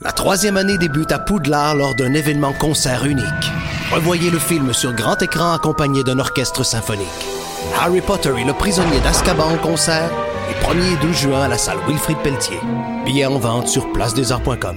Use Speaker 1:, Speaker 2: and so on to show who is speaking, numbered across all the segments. Speaker 1: La troisième année débute à Poudlard lors d'un événement concert unique. Revoyez le film sur grand écran accompagné d'un orchestre symphonique. Harry Potter et le prisonnier d'Azkaban en concert, les 1er et 12 juin à la salle Wilfrid Pelletier. Billets en vente sur placedesarts.com.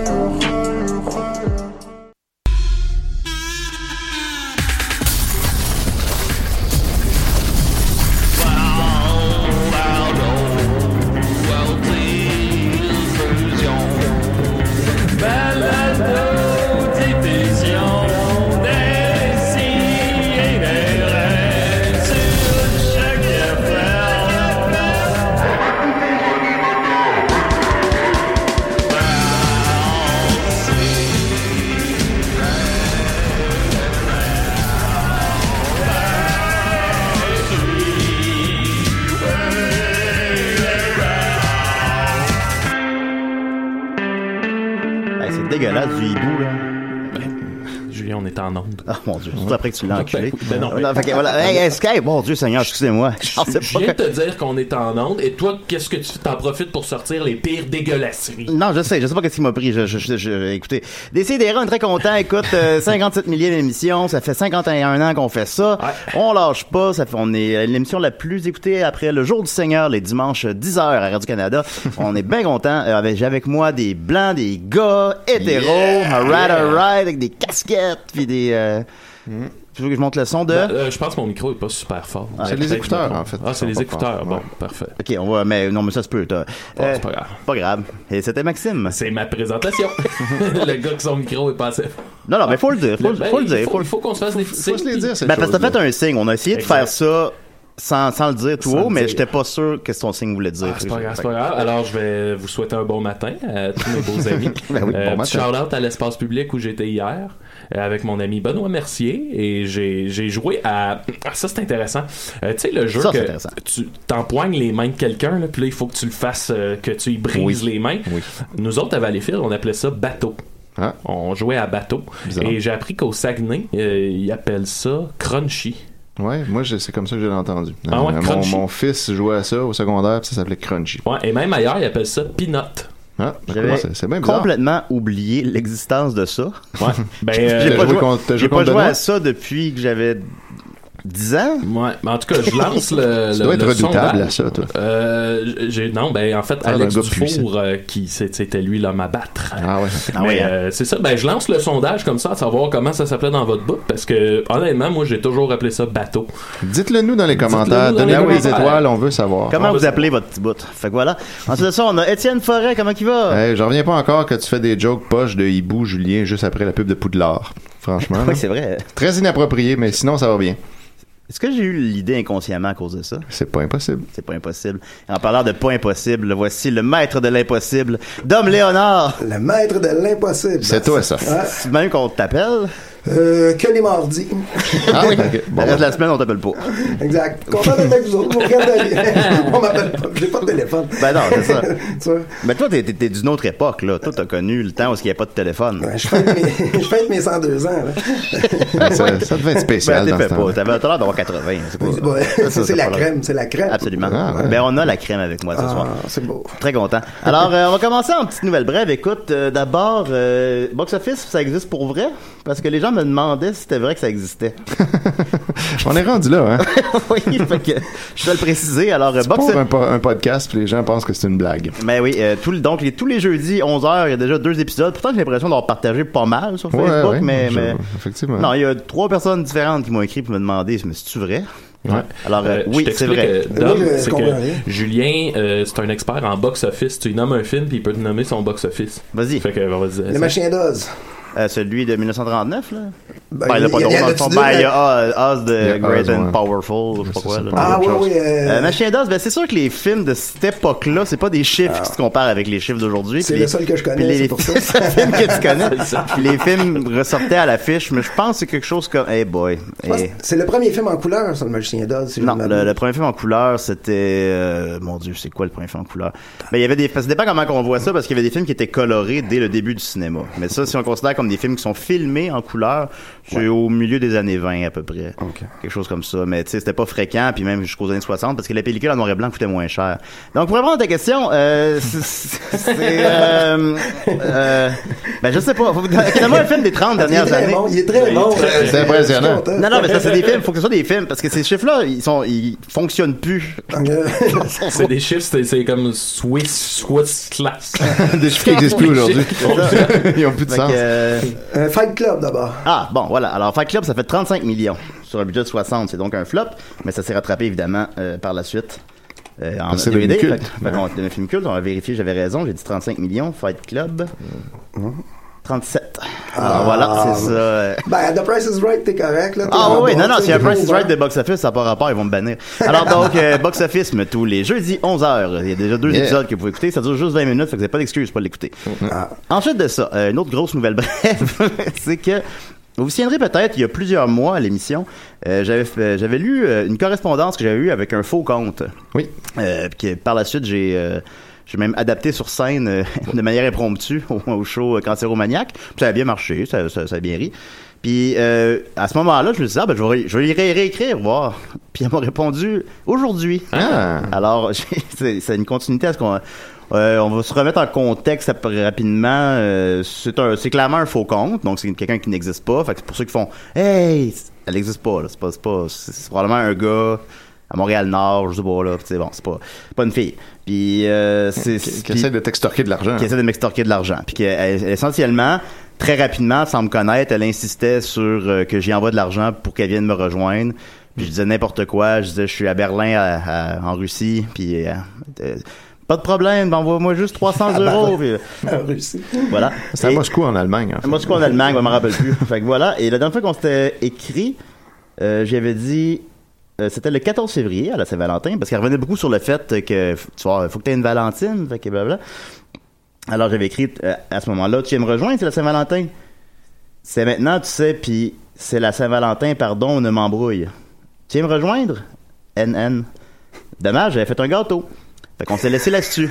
Speaker 2: Hey, c'est dégueulasse du hibou, là.
Speaker 3: Julien, on est en onde.
Speaker 2: Ah mon dieu, surtout après que tu l'as enculé. Euh,
Speaker 3: ben non, mais-
Speaker 2: fait que voilà. Hey, hey, Skype, mon dieu Seigneur, excusez-moi. Je
Speaker 3: Je
Speaker 2: sais
Speaker 3: viens
Speaker 2: pas
Speaker 3: de te dire qu'on est en onde et toi, qu'est-ce que tu t'en profites pour sortir les pires dégueulasseries?
Speaker 2: Non, je sais, je sais pas qu'est-ce qui m'a pris. Je, je, je, je- écoutez, Décidéré, on est très content. Écoute, euh, 57 milliers d'émissions, ça fait 51 ans qu'on fait ça. On lâche pas, ça fait, on est euh, l'émission la plus écoutée après le jour du Seigneur, les dimanches 10h à Radio-Canada. on est bien content. Euh, avec- J'ai avec moi des blancs, des gars, hétéros, alright, alright, avec des casquettes, puis des... euh, Tu veux que je monte le son de...
Speaker 3: Ben, euh, je pense que mon micro est pas super fort.
Speaker 2: Ah,
Speaker 4: C'est les
Speaker 3: Peut-être,
Speaker 4: écouteurs,
Speaker 3: je me trompe.
Speaker 4: en fait,
Speaker 3: Ah,
Speaker 4: qui
Speaker 3: c'est
Speaker 4: sont
Speaker 3: les
Speaker 4: pas
Speaker 3: écouteurs.
Speaker 4: forts,
Speaker 3: Bon,
Speaker 4: ouais.
Speaker 3: parfait.
Speaker 2: Ok, on va, mais non, mais ça se peut. t'as-
Speaker 3: Bon,
Speaker 2: Euh,
Speaker 3: c'est pas grave.
Speaker 2: pas grave. Et c'était Maxime.
Speaker 3: C'est ma présentation. le gars que son micro est pas assez fort.
Speaker 2: Non, non, mais faut le dire, faut, le-
Speaker 3: Ben,
Speaker 2: faut le
Speaker 3: il
Speaker 2: dire.
Speaker 3: faut-
Speaker 2: Faut,
Speaker 3: Il faut qu'on se fasse des
Speaker 4: Faut se les dire, ces
Speaker 2: Ben, parce que t'as fait
Speaker 4: choses-là.
Speaker 2: un signe. On a essayé de
Speaker 3: Exact.
Speaker 2: faire ça sans, sans le dire tout
Speaker 3: Sans
Speaker 2: haut,
Speaker 3: le
Speaker 2: mais
Speaker 3: dire.
Speaker 2: j'étais pas sûr que ton signe voulait dire.
Speaker 3: Ah, c'est pas grave, c'est pas grave. Alors, je vais vous souhaiter un bon matin à tous mes beaux amis.
Speaker 4: Ben oui, bon matin.
Speaker 3: shout out à l'espace public où j'étais hier euh, avec mon ami Benoît Mercier et j'ai j'ai joué à. Ah, ça, c'est intéressant. Euh, tu sais, le jeu
Speaker 2: Ça, c'est
Speaker 3: que
Speaker 2: intéressant.
Speaker 3: tu t'empoignes les mains de quelqu'un, là, puis là, il faut que tu le fasses, euh, que tu y brises les mains. Nous autres, à Valleyfield, on appelait ça bateau.
Speaker 4: Ah.
Speaker 3: On jouait à bateau.
Speaker 4: Bizarre.
Speaker 3: Et j'ai appris qu'au Saguenay, euh, ils appellent ça crunchy.
Speaker 4: Ouais, moi je- c'est comme ça que je l'ai entendu.
Speaker 3: Ah ouais,
Speaker 4: mon,
Speaker 3: Crunchy.
Speaker 4: mon fils jouait à ça au secondaire, puis ça s'appelait Crunchy.
Speaker 3: Ouais, et même ailleurs, ils appellent ça peanut.
Speaker 4: Ah, ben, comment
Speaker 2: J'avais
Speaker 4: c'est c'est bien bizarre.
Speaker 2: complètement oublié l'existence de ça.
Speaker 3: Ouais. ben,
Speaker 2: J'ai
Speaker 4: T'as
Speaker 2: pas
Speaker 4: joué
Speaker 2: joué,
Speaker 4: contre- t'as
Speaker 2: j'ai
Speaker 4: joué
Speaker 2: pas
Speaker 4: contre
Speaker 2: joué à
Speaker 4: Benoît?
Speaker 2: ça depuis que j'avais 10 ans.
Speaker 3: Ouais, mais en tout cas, je lance le.
Speaker 4: Tu
Speaker 3: le-
Speaker 4: dois être
Speaker 3: le
Speaker 4: redoutable
Speaker 3: sondage.
Speaker 4: à ça, toi.
Speaker 3: Euh, j'ai non ben en fait
Speaker 4: Ah,
Speaker 3: Alex
Speaker 4: d'un gars puissant.
Speaker 3: Dufour euh, qui c'est- c'était lui l'homme à battre.
Speaker 4: Ah ouais.
Speaker 2: Ah ouais,
Speaker 3: Mais,
Speaker 2: hein.
Speaker 3: euh, c'est ça ben je lance le sondage comme ça à savoir comment ça s'appelait dans votre bout parce que honnêtement moi j'ai toujours appelé ça bateau.
Speaker 4: Dites-le nous dans les
Speaker 3: Dites-le-nous
Speaker 4: commentaires.
Speaker 3: dans les
Speaker 4: Donnez-nous les
Speaker 3: commentaires.
Speaker 4: étoiles, on veut savoir.
Speaker 2: Comment
Speaker 3: on
Speaker 2: vous
Speaker 3: veut
Speaker 2: appelez votre petit bout? Fait que voilà. Ensuite de ça, on a Étienne Forêt. Comment il va?
Speaker 4: Hey, je reviens pas encore que tu fais des jokes poches de hibou Julien juste après la pub de Poudlard. Franchement. là.
Speaker 2: oui, c'est vrai.
Speaker 4: Très inapproprié, mais sinon ça va bien.
Speaker 2: Est-ce que j'ai eu l'idée inconsciemment à cause de ça?
Speaker 4: C'est pas impossible.
Speaker 2: C'est pas impossible. En parlant de pas impossible, voici le maître de l'impossible, Dom Léonard.
Speaker 5: Le maître de l'impossible.
Speaker 4: C'est toi ça.
Speaker 5: Ah,
Speaker 2: C'est de même qu'on t'appelle?
Speaker 5: Euh, que les mardis.
Speaker 2: Ah oui.
Speaker 4: Ok,
Speaker 2: le
Speaker 4: bon,
Speaker 2: reste de
Speaker 4: ben.
Speaker 2: la semaine, on t'appelle pas.
Speaker 5: Exact. Content d'être avec vous autres. Vous regardez. On m'appelle pas. J'ai pas de téléphone.
Speaker 2: Ben non, c'est ça.
Speaker 5: Tu vois?
Speaker 2: Mais toi, t'es, t'es- t'es d'une autre époque, là. Toi, t'as connu le temps où il n'y avait pas de téléphone.
Speaker 5: Ouais, Je fête mes, je fête mes 102 ans. là.
Speaker 4: Ah, ça, ça devait être
Speaker 2: Ben,
Speaker 4: spécial
Speaker 2: t'es
Speaker 4: dans ce
Speaker 2: fait pas.
Speaker 4: temps
Speaker 2: T'avais t'as l'air d'avoir 80. C'est, pas-
Speaker 5: Ouais,
Speaker 2: ça, ça,
Speaker 5: c'est la
Speaker 2: pas
Speaker 5: crème, c'est la crème.
Speaker 2: Absolument.
Speaker 4: Ah, ouais.
Speaker 2: Ben, on a la crème avec moi ce soir.
Speaker 5: Ah, c'est beau.
Speaker 2: Très content. Alors, euh, on va commencer en petite nouvelle brève. Écoute, euh, d'abord, euh, Box Office, ça existe pour vrai? Parce que les gens me demandaient si c'était vrai que ça existait.
Speaker 4: On est rendu là, hein?
Speaker 2: oui, fait que je dois le préciser. Alors, euh,
Speaker 4: C'est
Speaker 2: Box
Speaker 4: pas un, po- un podcast, puis les gens pensent que c'est une blague.
Speaker 2: Mais oui, euh, tout le- donc les- tous les jeudis, 11h, il y a déjà deux épisodes. Pourtant, j'ai l'impression d'avoir partagé pas mal sur
Speaker 4: Ouais,
Speaker 2: Facebook,
Speaker 4: ouais,
Speaker 2: mais...
Speaker 4: je-
Speaker 2: mais-
Speaker 4: Effectivement.
Speaker 2: Non, il y a trois personnes différentes qui m'ont écrit pour me demander, mais c'est-tu vrai?
Speaker 3: Ouais.
Speaker 2: Alors, euh,
Speaker 3: Euh, je
Speaker 2: oui, c'est
Speaker 3: t'explique,
Speaker 2: vrai.
Speaker 3: euh, Dom,
Speaker 5: Oui, je
Speaker 3: c'est
Speaker 5: comprends
Speaker 3: que
Speaker 5: rien.
Speaker 3: Julien, euh, c'est un expert en box-office. Tu lui nommes un film, puis il peut te nommer son box-office.
Speaker 2: Vas-y.
Speaker 3: Fait que, on va dire
Speaker 5: Le
Speaker 3: ça.
Speaker 5: machin d'ose.
Speaker 2: Euh, celui de 1939, là?
Speaker 5: Ben,
Speaker 2: Ben, il a pas de
Speaker 5: y- y en
Speaker 2: rôle dans le
Speaker 5: a-tu
Speaker 2: fond.
Speaker 5: deux,
Speaker 2: Ben, il y
Speaker 5: là?
Speaker 2: a Oz
Speaker 4: Il y
Speaker 2: de
Speaker 4: a
Speaker 2: Great
Speaker 4: Oz,
Speaker 2: and
Speaker 4: ouais.
Speaker 2: Powerful, je sais
Speaker 4: Ouais,
Speaker 2: pas
Speaker 4: c'est
Speaker 2: quoi.
Speaker 4: ça,
Speaker 2: là.
Speaker 4: pas
Speaker 5: Ah
Speaker 4: autre
Speaker 5: oui,
Speaker 4: chose.
Speaker 5: oui. euh,
Speaker 2: Euh, Machin d'os, ben c'est sûr que les films de cette époque-là, c'est pas des chiffres qui se comparent avec les chiffres d'aujourd'hui.
Speaker 5: Ah. C'est
Speaker 2: Puis
Speaker 5: le
Speaker 2: les-
Speaker 5: seul que je connais,
Speaker 2: puis Les,
Speaker 5: c'est pour ça.
Speaker 2: c'est le film que tu connais. Puis les films ressortaient à l'affiche, mais je pense que c'est quelque chose comme... Hey boy.
Speaker 5: je pense
Speaker 2: hey.
Speaker 5: que Ah, c'est le premier film en couleur, ça, le magicien d'Oz. si je
Speaker 2: Non,
Speaker 5: me
Speaker 2: le,
Speaker 5: rappelle.
Speaker 2: le premier film en couleur, c'était... euh, mon Dieu, c'est quoi le premier film en couleur? Mais il y avait des... parce que Ça dépend comment on voit ça, parce qu'il y avait des films qui étaient colorés dès le début du cinéma. Mais ça, si on considère comme des films qui sont filmés en couleur, c'est au milieu des années 20 à peu près. Quelque chose comme ça. Mais tu sais, c'était pas fréquent, puis même jusqu'aux années 60, parce que la pellicule en noir et blanc coûtait moins cher. Donc, pour répondre à ta question, euh, c'est- c'est... c'est, euh, euh, ben, je sais pas. Faut- Finalement, un film des 30
Speaker 5: Il est
Speaker 2: dernières
Speaker 5: très
Speaker 2: années...
Speaker 5: bon. Il est très bon.
Speaker 4: C'est impressionnant.
Speaker 2: Non, non, mais ça, c'est des films. Faut que ce soit des films. Parce que ces chiffres-là, ils sont, ils fonctionnent plus.
Speaker 3: C'est des chiffres, c'est, c'est comme Swiss, Swiss class.
Speaker 4: Des chiffres qui n'existent plus aujourd'hui.
Speaker 2: ça.
Speaker 4: Ils ont plus de
Speaker 2: Fait que,
Speaker 4: sens.
Speaker 2: euh,
Speaker 5: Euh, Fight Club d'abord.
Speaker 2: Ah, bon, voilà. Alors, Fight Club, ça fait 35 millions sur un budget de 60. C'est donc un flop, mais ça s'est rattrapé, évidemment, euh, par la suite. euh, en
Speaker 4: c'est
Speaker 2: DVD.
Speaker 4: devenu
Speaker 2: Fait-
Speaker 4: culte.
Speaker 2: fait qu'on- devenu film culte. On a vérifié, j'avais raison. J'ai dit 35 millions, Fight Club.
Speaker 5: Mmh.
Speaker 2: 37. Alors, voilà, c'est ça. euh.
Speaker 5: Ah. Ben, The Price is Right, t'es correct. Là,
Speaker 2: Ah oui, non, non, c'est un Price is Right de
Speaker 5: de...
Speaker 2: Box Office, ça n'a pas rapport, ils vont me bannir. Alors donc, euh, Box Office, mais tous les jeudis, 11h. Il y a déjà deux
Speaker 4: Yeah.
Speaker 2: épisodes que vous pouvez écouter, ça dure juste 20 minutes, fait que vous n'avez pas d'excuse pour l'écouter.
Speaker 5: Ah.
Speaker 2: Ensuite de ça, euh, une autre grosse nouvelle brève, c'est que... Vous vous souviendrez peut-être, il y a plusieurs mois à l'émission, euh, j'avais fait- j'avais lu euh, une correspondance que j'avais eue avec un faux compte.
Speaker 4: Oui.
Speaker 2: Euh, puis que par la suite, j'ai euh, j'ai même adapté sur scène euh, de manière impromptue au, au show euh, Cancéromaniac. Puis ça a bien marché, ça, ça, ça a bien ri. Puis euh, à ce moment-là, je me suis dit, ah, ben, je vais, ré- je vais y ré- réécrire, voir. Puis elle m'a répondu aujourd'hui.
Speaker 4: Ah.
Speaker 2: Alors, j'ai- c'est c'est une continuité à ce qu'on. euh, on va se remettre en contexte ap- rapidement. Euh, c'est un, c'est clairement un faux compte, donc c'est quelqu'un qui n'existe pas. Fait que c'est pour ceux qui font, hey, elle n'existe pas. là. C'est pas, c'est pas, c'est c'est probablement un gars à Montréal Nord, je sais pas là. C'est bon, c'est pas, pas une fille. Puis euh, c'est
Speaker 4: Qui qui
Speaker 2: puis-
Speaker 4: essaie de t'extorquer de l'argent.
Speaker 2: qui essaie de m'extorquer de l'argent. Puis qu'elle, essentiellement, très rapidement, sans me connaître, elle insistait sur euh, que j'y envoie de l'argent pour qu'elle vienne me rejoindre. Puis je disais n'importe quoi. Je disais, je suis à Berlin, à- à- en Russie. Puis euh, euh, pas de problème, ben, envoie-moi juste
Speaker 4: Ah,
Speaker 2: 300 euros. Puis, euh,
Speaker 5: En Russie.
Speaker 2: voilà.
Speaker 4: C'est à
Speaker 2: Et-
Speaker 4: Moscou en Allemagne. en fait.
Speaker 2: Moscou en Allemagne, je m'en rappelle plus. fait que voilà. Et la dernière fois qu'on s'était écrit, euh, j'avais dit. euh, C'était le 14 février à la Saint-Valentin, parce qu'elle revenait beaucoup sur le fait que f- tu vois, faut que tu aies une Valentine, fait que blablabla. Alors j'avais écrit euh, à ce moment-là, tu viens me rejoindre, c'est la Saint-Valentin. C'est maintenant, tu sais, puis c'est la Saint-Valentin, pardon, on ne m'embrouille. Tu viens me rejoindre? NN. Dommage, j'avais fait un gâteau. Fait qu'on s'est laissé là-dessus.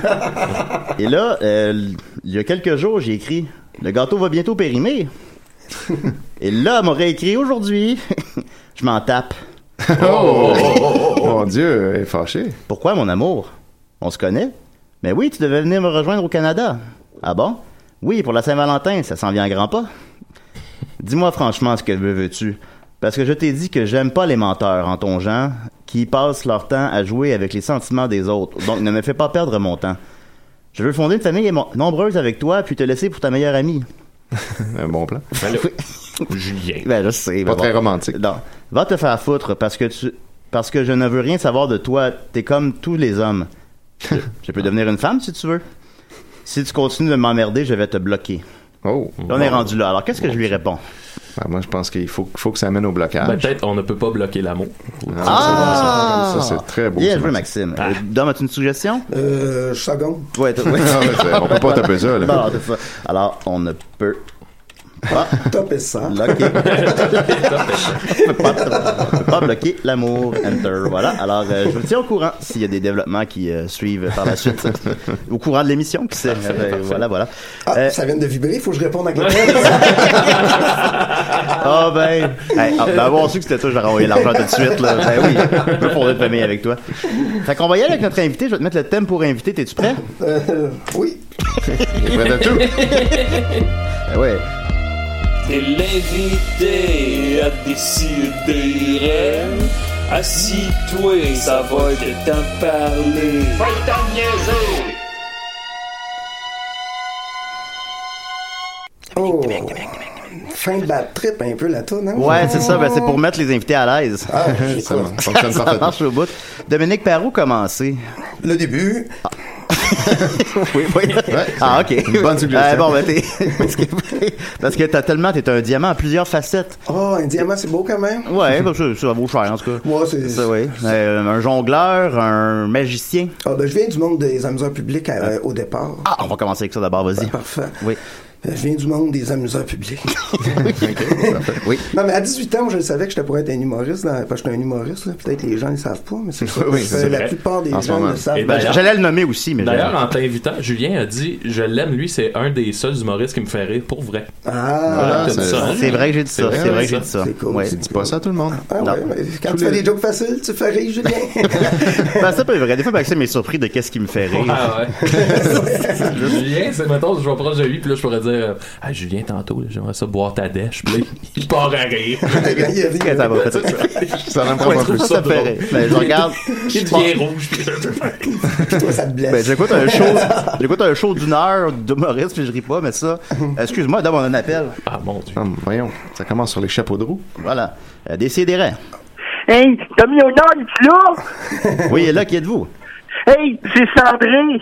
Speaker 2: Et là, euh, il y a quelques jours, j'ai écrit Le gâteau va bientôt périmer. Et là, elle m'aurait écrit aujourd'hui. Je m'en tape.
Speaker 4: Oh! Mon Dieu, elle est fâchée.
Speaker 2: Pourquoi, mon amour On se connaît Mais oui, tu devais venir me rejoindre au Canada. Ah bon Oui, pour la Saint-Valentin, ça s'en vient à grands pas. Dis-moi franchement ce que veux- veux-tu Parce que je t'ai dit que j'aime pas les menteurs en ton genre qui passent leur temps à jouer avec les sentiments des autres. Donc ne me fais pas perdre mon temps. Je veux fonder une famille émo- nombreuse avec toi puis te laisser pour ta meilleure amie.
Speaker 4: Un bon plan.
Speaker 3: Ben là, Julien.
Speaker 2: Ben, je sais.
Speaker 4: Pas
Speaker 2: mais
Speaker 4: très
Speaker 2: bon.
Speaker 4: romantique.
Speaker 2: Non. Va te faire foutre parce que tu. Parce que je ne veux rien savoir de toi. T'es comme tous les hommes. Je, je peux devenir une femme si tu veux. Si tu continues de m'emmerder, je vais te bloquer.
Speaker 4: Oh!
Speaker 2: Là, on est rendu là. Alors, qu'est-ce que je lui réponds?
Speaker 4: Ah, moi, je pense qu'il faut, faut que ça amène au
Speaker 3: Ben,
Speaker 4: blocage.
Speaker 3: peut-être on ne peut pas bloquer l'amour.
Speaker 2: Ah!
Speaker 4: Ça, c'est très beau.
Speaker 2: Bien
Speaker 4: ça,
Speaker 2: joué,
Speaker 4: Maxime.
Speaker 2: Maxime. Euh, Dom, as-tu une suggestion?
Speaker 5: Euh, je seconde.
Speaker 2: Ouais, t'as- ouais.
Speaker 4: Ah, ouais, c'est- on peut pas taper ça, là.
Speaker 2: Bon, c'est ça. Alors, on ne peut
Speaker 5: Top et 100.
Speaker 2: Bloqué. pas, pas bloquer l'amour. Enter. Voilà. Alors, euh, je vous tiens au courant s'il y a des développements qui euh, suivent par la suite. au courant de l'émission, qui sait. Euh, Voilà, voilà.
Speaker 5: Ah,
Speaker 2: Euh,
Speaker 5: ça vient de vibrer, il faut que je réponde avec la
Speaker 2: Ah ben, hey, ah, ben avoir su que c'était toi, j'aurais envoyé l'argent tout de suite. Là. Ben oui, je veux fonder une famille avec toi. Fait qu'on va y aller avec notre invité. Je vais te mettre le thème pour invité. T'es-tu prêt?
Speaker 5: Euh, Oui.
Speaker 4: Prêt à tout.
Speaker 2: Ben ouais.
Speaker 6: T'es l'invité à décider. Assis-toi, ça va être t'en parler. Va t'en niaiser!
Speaker 5: Oh. Fin de la trip un peu la toune, hein?
Speaker 2: Ouais, c'est ça. Ben, c'est pour mettre les invités à l'aise.
Speaker 5: Ah, écoute,
Speaker 4: Ça fonctionne
Speaker 2: Ça
Speaker 4: parfaitement.
Speaker 2: marche au bout. Dominique, par où commencer?
Speaker 5: le début,
Speaker 2: Oui, oui. ah, ok.
Speaker 4: une bonne suggestion.
Speaker 2: Euh, bon, ben, t'es... parce que, parce que t'as tellement, t'es un diamant à plusieurs facettes.
Speaker 5: oh, un diamant, c'est beau quand même.
Speaker 2: Ouais, parce que ça vaut cher, en tout cas.
Speaker 5: Ouais, c'est-
Speaker 2: Ça, oui. Euh, un jongleur, un magicien.
Speaker 5: Ah, ben, je viens du monde des amuseurs publics euh, au départ. Ben,
Speaker 2: Ah, on va commencer avec ça d'abord, vas-y.
Speaker 5: Parfait.
Speaker 2: Oui.
Speaker 5: Euh, Je viens du monde des amuseurs publics.
Speaker 2: Oui.
Speaker 5: non, mais à 18 ans, je le savais que je pourrais être un humoriste, dans- parce que je suis un humoriste, là. Peut-être les gens ne le savent pas, mais c'est ça.
Speaker 4: Oui, c'est
Speaker 5: Euh, la
Speaker 3: vrai.
Speaker 5: plupart des
Speaker 4: En ce
Speaker 5: gens
Speaker 4: moment.
Speaker 5: le savent.
Speaker 3: Et
Speaker 5: pas.
Speaker 3: ben,
Speaker 2: Ben, J'allais le nommer aussi, mais
Speaker 3: D'ailleurs, en t'invitant, Julien a dit Je l'aime, lui, c'est un des seuls humoristes qui me fait rire pour vrai.
Speaker 5: ah,
Speaker 4: Voilà,
Speaker 3: T'as dit
Speaker 4: c'est-
Speaker 3: ça, hein?
Speaker 2: C'est vrai que j'ai dit ça.
Speaker 4: vrai,
Speaker 2: C'est vrai
Speaker 4: ouais,
Speaker 2: que j'ai dit ça.
Speaker 5: c'est cool,
Speaker 2: Ouais.
Speaker 5: c'est-
Speaker 4: Dis pas ça à tout le monde.
Speaker 5: ah
Speaker 2: Non.
Speaker 5: ouais, mais quand
Speaker 4: Tous
Speaker 5: tu fais
Speaker 4: les-
Speaker 5: des jokes faciles, tu fais rire, Julien.
Speaker 2: Ben, ça peut être vrai. Des fois, Maxime est surpris de qu'est-ce qui me fait rire.
Speaker 3: Ah ouais. Julien, c'est mettons, je vais proche de lui, puis là, je pourrais dire euh, Ah, Julien, tantôt, là, j'aimerais ça boire ta dèche. Puis là, il part à rire.
Speaker 5: Il a ri.
Speaker 2: Quand ça va, peut-être.
Speaker 4: Ça n'en
Speaker 2: Ouais,
Speaker 4: prend pas
Speaker 2: je trouve
Speaker 4: plus.
Speaker 2: ça, ça fait rire. Ben, je regarde.
Speaker 3: Il devient rouge. puis-
Speaker 5: Toi, ça te blesse.
Speaker 2: Ben, j'écoute un show, j'écoute un show d'une heure d'humoriste puis je ris pas, mais ça, excuse-moi, donne un appel.
Speaker 3: Ah mon dieu.
Speaker 4: Ah, voyons, ça commence sur les chapeaux de roue.
Speaker 2: Voilà. Euh, Décidérez.
Speaker 6: Hey, t'as mis au nom, tu là?
Speaker 2: Oui, et là, qui êtes-vous?
Speaker 6: Hey, c'est Sandré!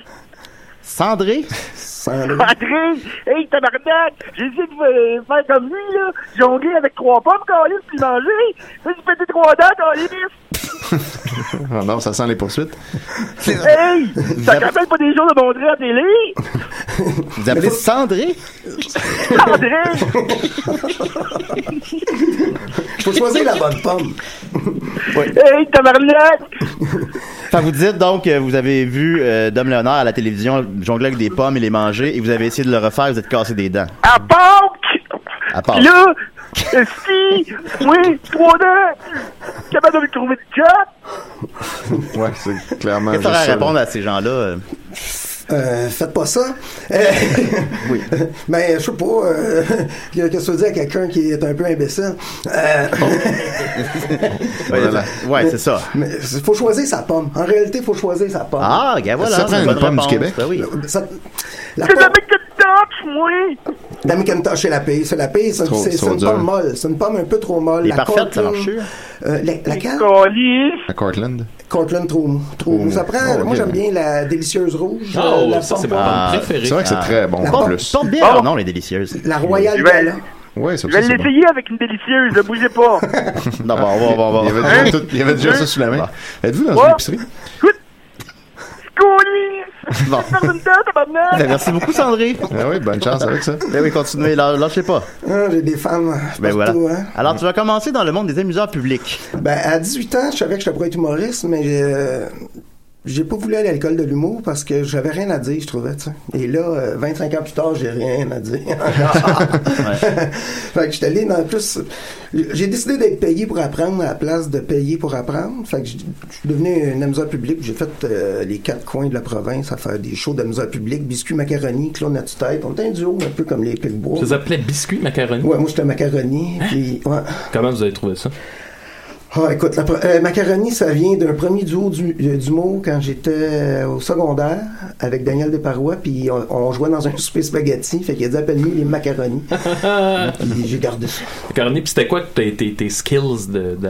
Speaker 2: Sandré?
Speaker 5: Sans rire.
Speaker 6: André! Hey, tabarnak! J'ai essayé de euh, faire comme lui, là. Jongler avec trois pommes, calice, puis manger. Là, j'ai pété trois dents, calice.
Speaker 4: Ah non, ça sent les poursuites.
Speaker 6: Hey! Ça te rappelle pas des jours de mon André à télé?
Speaker 2: Vous appelez Sandré?
Speaker 6: André!
Speaker 5: Faut choisir la bonne pomme.
Speaker 6: Hey, tabarnak!
Speaker 2: Enfin, vous dites donc que vous avez vu euh, Dom Léonard à la télévision jongler avec des pommes et les manger et vous avez essayé de le refaire, vous êtes cassé des dents.
Speaker 6: À Pâques!
Speaker 2: À part.
Speaker 6: Là, euh, si, oui, trois dents! Capable de me trouver de job?
Speaker 4: Ouais, c'est clairement.
Speaker 2: Qu'est-ce que
Speaker 4: juste
Speaker 2: t'aurais à
Speaker 4: ça,
Speaker 2: répondre à ces gens-là? euh?
Speaker 5: Euh, faites pas ça. Euh,
Speaker 2: Oui.
Speaker 5: Mais je sais pas. euh, Qu'est-ce que ça veut dire à quelqu'un qui est un peu imbécile? Euh,
Speaker 2: Oh. Ouais,
Speaker 4: Voilà.
Speaker 2: Ouais, c'est ça.
Speaker 5: mais faut choisir sa pomme. En réalité, faut choisir sa pomme. Euh,
Speaker 2: Ah, regarde, voilà.
Speaker 4: Ça prend
Speaker 2: c'est
Speaker 4: une
Speaker 2: bonne
Speaker 4: pomme du
Speaker 2: réponse.
Speaker 4: Québec.
Speaker 2: Ben oui.
Speaker 5: Ça- la
Speaker 6: C'est de la
Speaker 5: pomme,
Speaker 6: McDonald's, moi!
Speaker 5: la McIntosh, c'est la paix. C'est la paix. C'est
Speaker 4: Trop-
Speaker 5: c'est- c'est
Speaker 4: trop
Speaker 5: une
Speaker 4: dur.
Speaker 5: pomme molle. C'est une pomme un peu trop molle.
Speaker 2: Les
Speaker 5: La
Speaker 2: parfaites, ça
Speaker 5: Cortland-
Speaker 2: marche sûr.
Speaker 5: euh, la- laquelle?
Speaker 6: Calice!
Speaker 4: À Cortland.
Speaker 5: Cortland trop mou. Trop mou. Ça prend.
Speaker 4: Oh,
Speaker 5: Moi,
Speaker 4: ok. Ah.
Speaker 5: j'aime bien la délicieuse rouge. euh,
Speaker 3: Oh,
Speaker 5: la
Speaker 3: ça,
Speaker 5: pomme
Speaker 3: c'est ma
Speaker 5: pomme.
Speaker 2: Ah,
Speaker 3: pomme
Speaker 4: C'est vrai
Speaker 3: préférée.
Speaker 4: que c'est très bon en
Speaker 2: Porte-
Speaker 4: plus.
Speaker 2: Porte bien leur nom, les délicieuses.
Speaker 5: La royale hein.
Speaker 6: vais-
Speaker 5: Gala.
Speaker 4: Ouais, ça
Speaker 6: Je vais
Speaker 4: aussi, c'est bon.
Speaker 6: l'essayer avec une délicieuse, ne bougez pas!
Speaker 2: Non, bon, on va, on va, on va.
Speaker 4: Il y avait
Speaker 6: Hein?
Speaker 4: déjà, tout- il y avait déjà ça sous la main. Êtes-vous dans une
Speaker 6: Ouais.
Speaker 4: épicerie?
Speaker 6: Calice!
Speaker 2: Bon.
Speaker 6: Dans une dent, tabarnak!
Speaker 2: Ben, merci beaucoup, Sandré.
Speaker 4: Ah oui, bonne chance avec ça.
Speaker 2: Ben oui, continuez, lâ- lâchez pas.
Speaker 5: Ah, J'ai des femmes
Speaker 2: Ben
Speaker 5: partout.
Speaker 2: voilà.
Speaker 5: hein.
Speaker 2: Alors, tu vas commencer dans le monde des amuseurs publics.
Speaker 5: Ben, à 18 ans, je savais que je pourrais être humoriste, mais euh, j'ai pas voulu aller à l'école de l'humour parce que j'avais rien à dire, je trouvais, tu sais. Et là, euh, 25 ans plus tard, j'ai rien à dire. Fait que j'étais allé dans plus. J'ai décidé d'être payé pour apprendre à la place de payer pour apprendre. Fait que je je suis devenu un amuseur public. J'ai fait euh, les quatre coins de la province à faire des shows d'amuseurs publics, biscuits, macaroni, clown à toute tête. On était un duo, un peu comme les Pigbois.
Speaker 3: Ça s'appelait biscuit macaroni.
Speaker 5: Ouais, moi j'étais
Speaker 2: Hein?
Speaker 5: macaroni, puis ouais.
Speaker 3: Comment vous avez trouvé ça?
Speaker 5: Ah, écoute, la pre- euh, Macaroni, ça vient d'un premier duo du, euh, d'humour quand j'étais euh, au secondaire avec Daniel Desparois, puis on, on jouait dans un souper spaghetti, fait qu'il a dit appelle-nous les macaronis. Puis j'ai gardé ça.
Speaker 3: Macaroni, puis c'était quoi tes, tes, tes skills de. de-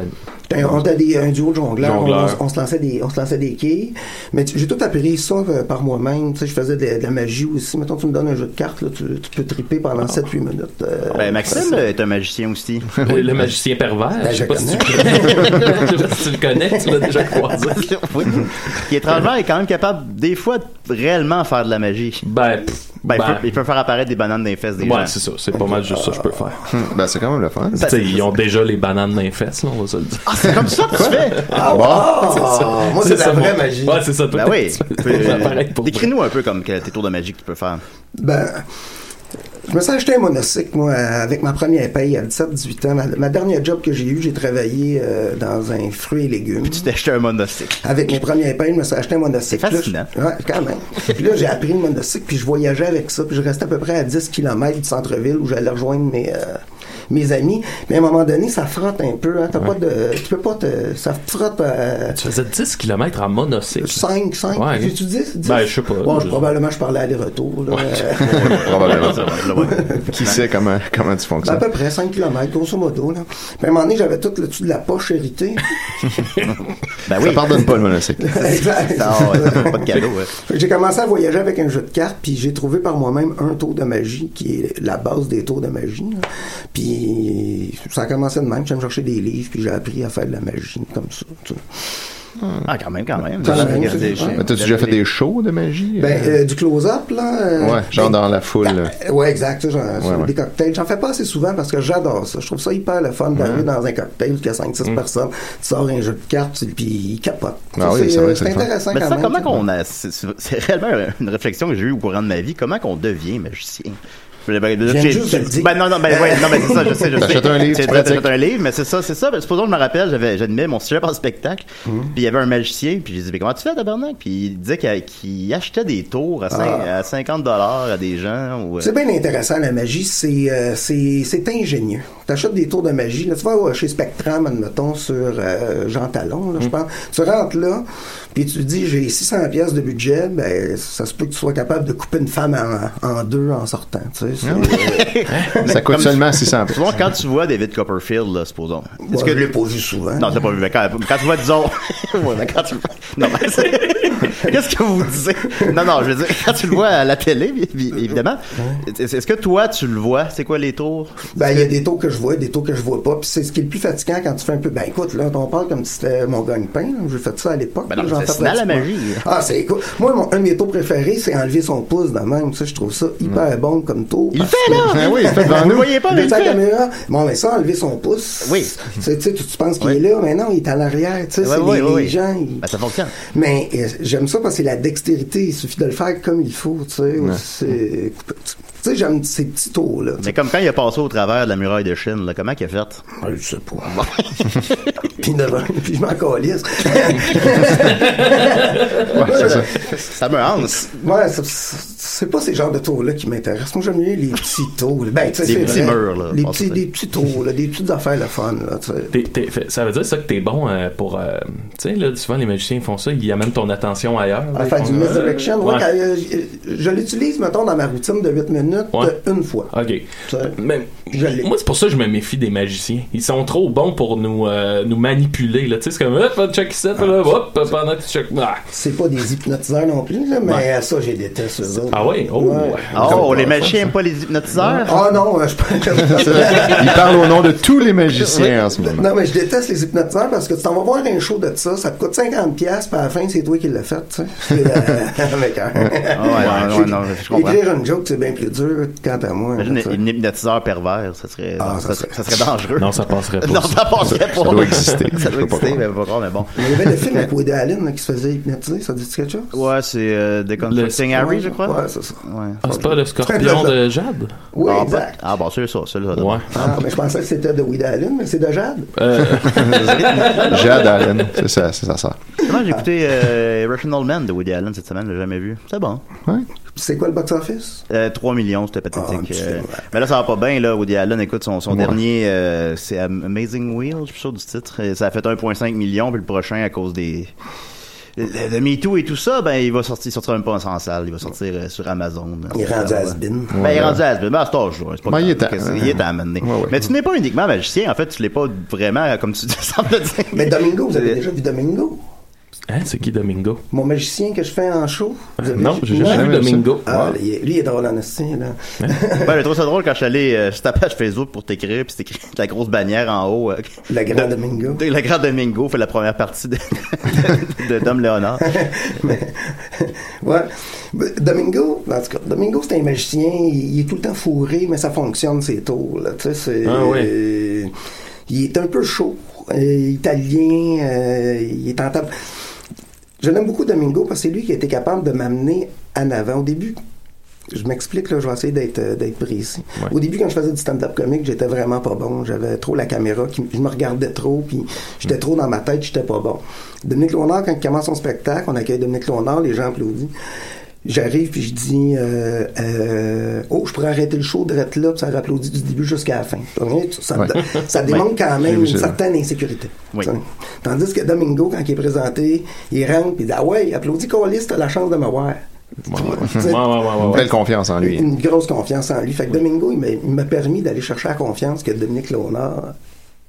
Speaker 5: Putain, Ben, On était des, un duo de jongleurs,
Speaker 3: Jongleurs.
Speaker 5: On, on se lançait des, on se lançait des quilles, mais tu- j'ai tout appris ça euh, par moi-même, tu sais, je faisais de, de la magie aussi. Mettons, tu me donnes un jeu de cartes, là, tu, tu peux triper pendant 7-8 minutes. euh,
Speaker 2: Ben, Maxime est un magicien aussi.
Speaker 3: Le magicien pervers. je
Speaker 5: Ben, je
Speaker 3: sais pas si tu
Speaker 5: connais.
Speaker 3: connais. Je sais pas si tu le connais, tu l'as déjà croisé.
Speaker 2: oui. Qui, étrangement, est quand même capable, des fois, de réellement faire de la magie.
Speaker 3: Ben, pff,
Speaker 2: Ben, il,
Speaker 3: Ben.
Speaker 2: peut, il peut faire apparaître des bananes dans les fesses des gens.
Speaker 3: Ouais, c'est ça. C'est pas mal juste ça que je peux faire.
Speaker 4: Ben, c'est quand même le fun.
Speaker 3: Tu sais, ils ont déjà les bananes dans les fesses, là, on va se le dire.
Speaker 2: Ah, c'est comme ça que tu fais?
Speaker 5: Ah, wow! Ah, Moi, c'est la
Speaker 3: ça,
Speaker 5: vraie
Speaker 3: mon-
Speaker 5: magie.
Speaker 3: Ouais, c'est ça. toi, t'as-
Speaker 2: Ben oui.
Speaker 3: tu fais des appareils
Speaker 2: Euh,
Speaker 3: pour-
Speaker 2: Décris-nous un peu comme quel est tes tours de magie que tu peux faire.
Speaker 5: Ben, je me suis acheté un monocycle, moi, avec ma première paye à 17-18 ans. Ma, ma dernière job que j'ai eue, j'ai travaillé euh, dans un fruit et légumes.
Speaker 2: Tu t'es acheté un monocycle.
Speaker 5: Avec mes premières payes, je me suis acheté un monocycle.
Speaker 2: C'est fascinant.
Speaker 5: Là, je- ouais, quand même. puis là, j'ai appris le monocycle, puis je voyageais avec ça. Puis je restais à peu près à 10 km du centre-ville où j'allais rejoindre mes, euh, mes amis. Mais à un moment donné, ça frotte un peu. Hein. T'as pas de, tu peux pas te... Ça frotte... euh,
Speaker 3: Tu faisais 10 km en monocycle.
Speaker 5: 5, 5.
Speaker 3: Ouais, ok.
Speaker 5: J'ai-tu 10,
Speaker 3: Ben, je sais pas.
Speaker 5: Bon, je-
Speaker 3: Je-
Speaker 5: probablement, je parlais aller-retour. là. Euh,
Speaker 4: Probablement.
Speaker 2: Ça va, là, ouais.
Speaker 4: Qui sait comment, comment tu
Speaker 5: Ben, à
Speaker 4: fonctionnes?
Speaker 5: peu près 5 km, grosso modo. Là. Puis à un moment donné, j'avais tout le dessus de la poche hérité.
Speaker 2: Ben oui.
Speaker 4: Ça pardonne pas le monocycle.
Speaker 5: Exact.
Speaker 2: Non, ouais, pas de cadeau. ouais.
Speaker 5: Fait que J'ai commencé à voyager avec un jeu de cartes, puis j'ai trouvé par moi-même un tour de magie, qui est la base des tours de magie. là. Puis ça a commencé de même. J'allais me chercher des livres, puis j'ai appris à faire de la magie comme ça. tu sais.
Speaker 2: Ah, quand même, quand même.
Speaker 5: Quand
Speaker 2: J'ai
Speaker 5: même,
Speaker 2: regardé-
Speaker 5: c'est-
Speaker 2: j'ai-
Speaker 4: Mais T'as-tu déjà fait des shows de magie?
Speaker 5: Ben, euh, du close-up, là. euh,
Speaker 4: ouais, genre
Speaker 5: ben,
Speaker 4: dans la foule. là.
Speaker 5: Euh, Ouais, exact. ça, j'en- sur
Speaker 4: ouais.
Speaker 5: Des cocktails. J'en fais pas assez souvent parce que j'adore ça. Je trouve ça hyper le fun d'arriver dans un cocktail où il y a 5-6 personnes. Tu sors un jeu de cartes, puis il capote.
Speaker 4: Mm. Ah
Speaker 5: Ça,
Speaker 4: oui, c'est
Speaker 5: euh,
Speaker 4: vrai,
Speaker 5: c'est
Speaker 4: c'est le fun.
Speaker 5: intéressant
Speaker 2: Mais
Speaker 5: quand
Speaker 2: Ben, ça,
Speaker 5: même.
Speaker 2: comment
Speaker 5: ça.
Speaker 2: qu'on a. C'est c'est réellement une réflexion que j'ai eue au courant de ma vie. Comment qu'on devient magicien? Je l'ai- ben,
Speaker 5: viens
Speaker 2: j'ai-
Speaker 5: juste de le dire.
Speaker 2: Ben non, non, ben, ouais, non, ben, c'est ça, je sais, je sais.
Speaker 4: T'achètes un livre,
Speaker 2: C'est
Speaker 4: tu
Speaker 2: vrai,
Speaker 4: pratiques.
Speaker 2: T'achètes un livre, mais c'est ça, c'est ça. Ben, supposons, je me rappelle, j'avais, j'admets mon sujet par spectacle, puis il y avait un magicien, puis j'ai dit, mais comment tu fais, tabarnak? Puis il disait qu'il, qu'il achetait des tours à, cin- à 50 dollars à des gens. Ou, euh,
Speaker 5: C'est bien intéressant, la magie. C'est euh, c'est- c'est ingénieux. Tu achètes des tours de magie. Là, tu vas euh, chez Spectrum, admettons, sur euh, Jean Talon, là, je pense. Tu rentres là, puis tu dis, j'ai 600 pièces de budget. Ben, ça se peut que tu sois capable de couper une femme en, en deux en sortant. Tu sais, c'est-
Speaker 4: Ça coûte
Speaker 2: Comme-
Speaker 4: seulement 600
Speaker 2: Souvent, quand tu vois David Copperfield, là, supposons.
Speaker 5: Moi, je l'ai pas vu souvent.
Speaker 2: Non, t'as pas vu, mais quand, quand tu vois, disons. ouais, mais quand tu le vois- Non, mais c'est- Qu'est-ce que vous disiez? Non, non, je veux dire, quand tu le vois à la télé, bi- bi- évidemment, est- est-ce que toi, tu le vois? C'est quoi les tours?
Speaker 5: Ben, il y a des taux que je vois, des taux que je vois pas. Puis c'est ce qui est le plus fatigant quand tu fais un peu. Ben, écoute, là, on parle comme si c'était mon gagne-pain. là. J'ai fait ça à l'époque.
Speaker 2: Ben non,
Speaker 5: là, j'en
Speaker 2: mais
Speaker 5: fais
Speaker 2: c'est dans la
Speaker 5: pratiquement.
Speaker 2: magie.
Speaker 5: Ah, c'est écoute. Moi, mon, un de mes taux préférés, c'est enlever son pouce dans même. Ça, je trouve ça hyper bon comme taux.
Speaker 2: Il le fait, là!
Speaker 4: Ah oui, il le fait devant
Speaker 2: Vous le
Speaker 4: nous.
Speaker 2: voyez pas, mais il le
Speaker 5: Deux à la
Speaker 2: fait.
Speaker 5: caméra. Bon, mais ça, enlever son pouce.
Speaker 2: Oui.
Speaker 5: Tu sais, tu sais, tu tu penses qu'il est là, mais non, il est en arrière. Tu sais,
Speaker 2: Ouais,
Speaker 5: c'est
Speaker 2: ouais,
Speaker 5: les,
Speaker 2: ouais,
Speaker 5: les
Speaker 2: ouais.
Speaker 5: gens. ils-
Speaker 2: Ben, ça fonctionne.
Speaker 5: Mais euh, j'aime ça parce que c'est la dextérité. Il suffit de le faire comme il faut, tu sais. C'est- Tu sais, j'aime ces petits taux, là.
Speaker 2: Mais comme quand il a passé au travers de la muraille de Chine, là, comment il a fait?
Speaker 5: Ah, je sais pas. puis, neuf- puis je m'en calisse.
Speaker 2: Ça me hanse.
Speaker 5: ouais, c'est- c'est pas ces genres de tours-là qui m'intéressent. Moi, j'aime mieux les petits tours. là. Ben, tu sais,
Speaker 2: Les
Speaker 5: c'est
Speaker 2: petits
Speaker 5: vrai.
Speaker 2: murs, là.
Speaker 5: Les
Speaker 2: Ah,
Speaker 5: petits,
Speaker 2: c'est-
Speaker 5: des petits tours, là, des petites affaires le fun, là, tu sais.
Speaker 3: T'es- t'es- fait- ça veut dire ça que t'es bon euh, pour. euh, tu sais, là, souvent les magiciens font ça, ils amènent ton attention ailleurs. là,
Speaker 5: À
Speaker 3: ils
Speaker 5: faire
Speaker 3: font,
Speaker 5: du
Speaker 3: euh,
Speaker 5: misdirection,
Speaker 3: ouais.
Speaker 5: ouais,
Speaker 2: Ah.
Speaker 5: quand, euh, je, je l'utilise, mettons, dans ma routine de 8 minutes,
Speaker 3: Ouais.
Speaker 5: euh, une fois.
Speaker 3: Ok.
Speaker 5: Ça-
Speaker 3: Mais,
Speaker 5: Je l'ai.
Speaker 3: moi, c'est pour ça que je me méfie des magiciens. Ils sont trop bons pour nous, euh, nous manipuler. Là. Tu sais, c'est comme, hop, check ça, là, hop, pendant que tu check. Ah,
Speaker 5: Ah. C'est pas des hypnotiseurs non plus, là, mais euh, ça, j'ai des tests, eux autres.
Speaker 3: ah ouais, oh.
Speaker 5: Ouais.
Speaker 2: Oh, les machins aiment pas les hypnotiseurs?
Speaker 5: Ah non, euh, je pense
Speaker 4: Il parle au nom de tous les magiciens en ce moment.
Speaker 5: Non, mais je déteste les hypnotiseurs parce que tu t'en vas voir un show de ça, ça te coûte 50$, puis à la fin, c'est toi qui l'as fait, tu sais. C'est, euh, avec un-
Speaker 2: Ah ouais, non, ouais, non, je comprends.
Speaker 5: Écrire une joke, c'est bien plus dur, quant à moi.
Speaker 2: Imagine
Speaker 5: tu sais.
Speaker 2: un hypnotiseur pervers, ça serait,
Speaker 5: Ah,
Speaker 2: ça,
Speaker 5: ça
Speaker 2: serait, ça serait dangereux.
Speaker 3: Non, ça passerait pas.
Speaker 2: Non, ça passerait pas.
Speaker 4: doit exister.
Speaker 2: Ça
Speaker 4: Je
Speaker 2: doit
Speaker 4: peux pas
Speaker 2: exister,
Speaker 4: croire.
Speaker 2: mais pas grave, mais bon.
Speaker 5: Il y avait le film avec Woody Allen là, qui se faisait hypnotiser, ça dit quelque chose?
Speaker 2: Ouais, c'est euh, Deconstructing Harry, je crois.
Speaker 5: Ouais, c'est ça.
Speaker 2: Ouais.
Speaker 3: Ah, c'est pas le scorpion de
Speaker 2: euh,
Speaker 3: Jade?
Speaker 5: Oui,
Speaker 2: ah, bah,
Speaker 5: exact.
Speaker 2: ah, bon, c'est ça, c'est ça.
Speaker 3: Ouais.
Speaker 5: Ah, mais je pensais que c'était de Woody Allen, mais c'est de Jade.
Speaker 4: Jade Allen, c'est ça, c'est ça, ça.
Speaker 2: Comment j'ai écouté euh, Irrational Man de Woody Allen cette semaine, je l'ai jamais vu. C'est bon.
Speaker 5: C'est quoi le box-office?
Speaker 2: Euh, 3 millions, c'était
Speaker 5: Ah, un
Speaker 2: pathétique.
Speaker 5: petit
Speaker 2: euh,
Speaker 5: peu, ouais.
Speaker 2: mais là, ça va pas bien, là. Woody Allen, écoute, son, son dernier, euh, c'est Amazing Wheels, je suis sûr du titre. Et Ça a fait 1,5 million, puis le prochain, à cause des. De de MeToo et tout ça, ben, il va sortir, il sortira même pas en salle, il va sortir euh, sur Amazon.
Speaker 5: Il est rendu
Speaker 2: Ouais.
Speaker 5: à Asbin.
Speaker 2: Ben, il est rendu à Asbin. Ben, à cet âge-là, c'est pas
Speaker 4: Ben,
Speaker 2: grave.
Speaker 4: il est temps,
Speaker 2: Qu'est-ce-
Speaker 4: hein.
Speaker 2: il est temps à mener.
Speaker 4: Ouais, ouais.
Speaker 2: Mais tu n'es pas uniquement magicien, en fait, tu l'es pas vraiment, comme tu sembles dire. Euh,
Speaker 5: Mais Domingo, vous avez déjà vu Domingo?
Speaker 3: Hein, c'est qui Domingo?
Speaker 5: Mon magicien que je fais en show. Vous avez-
Speaker 3: Non, j'ai jamais vu Domingo.
Speaker 5: Ah,
Speaker 3: Ouais.
Speaker 5: lui, il est drôle en esti, là.
Speaker 2: ben, j'ai trouvé ça drôle quand je suis allé euh, sur ta page Facebook pour t'écrire, puis c'était écrit la grosse bannière en haut. euh,
Speaker 5: la grande Domingo.
Speaker 2: la grande Domingo fait la première partie de, de Dom Léonard.
Speaker 5: Ouais. Ben, Domingo, en tout cas, Domingo, c'est un magicien. Il, il est tout le temps fourré, mais ça fonctionne, ses tours. Là. Tu sais, c'est-
Speaker 3: Ah ouais.
Speaker 5: euh, il est un peu chaud, euh, italien, euh, il est tentable. Je l'aime beaucoup, Domingo, parce que c'est lui qui a été capable de m'amener en avant au début. Je m'explique, là, je vais essayer d'être, euh, d'être précis. Au début, quand je faisais du stand-up comique, j'étais vraiment pas bon. J'avais trop la caméra, qui, je me regardais trop, puis j'étais
Speaker 4: Mm.
Speaker 5: trop dans ma tête, j'étais pas bon. Dominique Léonard, quand il commence son spectacle, on accueille Dominique Léonard, les gens applaudissent. J'arrive, puis je dis euh, euh, Oh, je pourrais arrêter le show, de être là, puis ça applaudit du début jusqu'à la fin. Tu vois, Ça,
Speaker 4: Ouais.
Speaker 5: ça démontre
Speaker 4: Ouais.
Speaker 5: quand
Speaker 4: J'ai
Speaker 5: même
Speaker 4: vu
Speaker 5: une
Speaker 4: ça.
Speaker 5: certaine insécurité.
Speaker 4: Oui.
Speaker 5: Ça- Tandis que Domingo, quand il est présenté, il rentre, puis il dit Ah ouais, applaudis Colis, t'as la chance de me voir. Tu sais,
Speaker 4: Une belle confiance en lui.
Speaker 5: une grosse confiance en lui. Fait que Domingo, il m'a- il m'a permis d'aller chercher la confiance que Dominique Léonard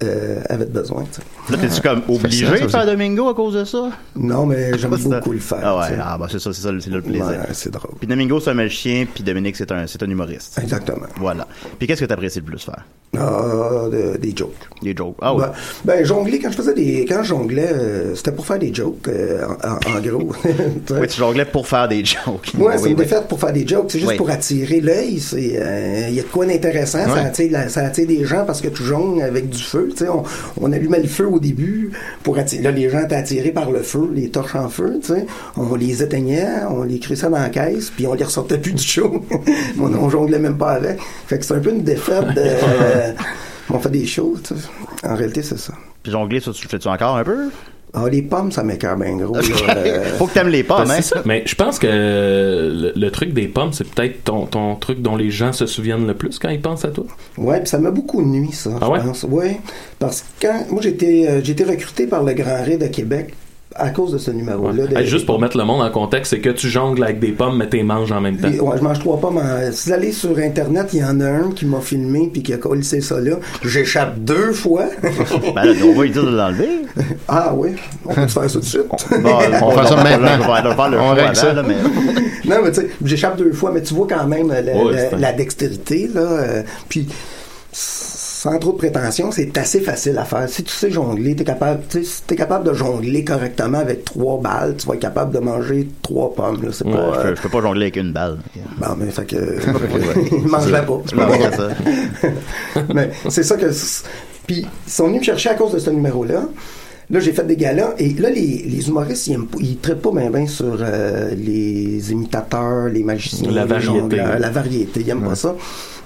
Speaker 5: euh, avait besoin. tu sais.
Speaker 2: Là, t'es-tu comme obligé
Speaker 5: ça, ça
Speaker 2: de faire Domingo à cause de ça?
Speaker 5: Non, mais j'aime beaucoup le faire.
Speaker 2: Ah ouais,
Speaker 5: tu sais.
Speaker 2: ah, bah, c'est ça, c'est ça, le- c'est là le plaisir.
Speaker 5: Ouais, c'est drôle.
Speaker 2: Puis Domingo, c'est un magicien, puis Dominique, c'est un, c'est un humoriste.
Speaker 5: Exactement.
Speaker 2: Voilà. Puis qu'est-ce que t'apprécies le plus faire?
Speaker 5: Ah, de- des jokes.
Speaker 2: Des jokes. Ah ouais.
Speaker 5: Ben, ben, jongler, quand je faisais des. Quand je jonglais, euh, c'était pour faire des jokes, euh, en, en- en gros. Tu sais.
Speaker 2: oui, tu jonglais pour faire des jokes.
Speaker 5: Ouais, c'est
Speaker 2: Oui,
Speaker 5: une
Speaker 2: oui.
Speaker 5: défaite pour faire des jokes, c'est juste
Speaker 2: Oui.
Speaker 5: pour attirer l'œil. c'est, euh, Il y a de quoi d'intéressant, ça,
Speaker 2: Ouais.
Speaker 5: attire, la- ça attire des gens parce que tu jongles avec du feu. tu sais, On, on allumait le feu au début pour attirer. Là, les gens étaient attirés par le feu, les torches en feu. tu sais, On les éteignait, on les crissait dans la caisse, puis on les ressortait plus du show. on, on jonglait même pas avec. Fait que c'est un peu une défaite. de, euh, on fait des shows. tu sais. En réalité, c'est ça.
Speaker 2: Puis jongler, ça, tu le fais-tu encore un peu?
Speaker 5: Ah, les pommes, ça m'écœure bien gros. là, euh,
Speaker 2: Faut que t'aimes les pommes,
Speaker 3: Ben,
Speaker 2: hein?
Speaker 3: c'est ça. Mais je pense que euh, le, le truc des pommes, c'est peut-être ton, ton truc dont les gens se souviennent le plus quand ils pensent à toi.
Speaker 2: Ah,
Speaker 5: Ouais, puis ça m'a beaucoup nuit, ça,
Speaker 3: Ah
Speaker 5: je
Speaker 3: ouais?
Speaker 5: pense. Ouais, parce que quand, moi, j'ai été, euh, j'ai été recruté par le Grand Raid de Québec à cause de ce
Speaker 2: ben,
Speaker 5: numéro-là. de-
Speaker 3: Hey, juste pour mettre le monde en contexte, c'est que tu jongles avec des pommes, mais t'es manges en même temps.
Speaker 5: Et- ouais, je mange trois pommes. en- euh, Si vous allez sur Internet, il y en a un qui m'a filmé puis qui a collé ça là. J'échappe deux fois.
Speaker 2: Ben là, on va lui dire de l'enlever.
Speaker 5: ah oui, on peut se faire ça tout de suite.
Speaker 2: Bon,
Speaker 4: On fait ça
Speaker 2: va-
Speaker 4: maintenant.
Speaker 2: on va- on va faire le
Speaker 4: On
Speaker 2: choix
Speaker 4: règle
Speaker 2: avant,
Speaker 4: ça.
Speaker 2: là, mais-
Speaker 5: non, mais tu sais, j'échappe deux fois, mais tu vois quand même euh, la,
Speaker 3: Ouais,
Speaker 5: la-
Speaker 3: c'est un-
Speaker 5: la dextérité, là. euh, puis, sans trop de prétention, c'est assez facile à faire. Si tu sais jongler, t'es capable, tu sais, si t'es capable de jongler correctement avec trois balles, tu vas être capable de manger trois pommes, là. C'est
Speaker 2: Ouais,
Speaker 5: pas.
Speaker 2: je,
Speaker 5: euh,
Speaker 2: peux, je peux pas jongler avec une balle.
Speaker 5: bon, mais fait que.
Speaker 4: Ah,
Speaker 5: mange-la pas. c'est pas
Speaker 2: Ouais,
Speaker 5: grave.
Speaker 2: c'est ça.
Speaker 5: Mais c'est ça que. Puis, ils sont venus me chercher à cause de ce numéro-là. Là, j'ai fait des galas. Et là, les, les humoristes, ils, aiment pas- ils traitent pas bien sur euh, les imitateurs, les magiciens.
Speaker 3: La
Speaker 5: les
Speaker 3: variété.
Speaker 5: jongleurs, La variété. Ils n'aiment pas ça.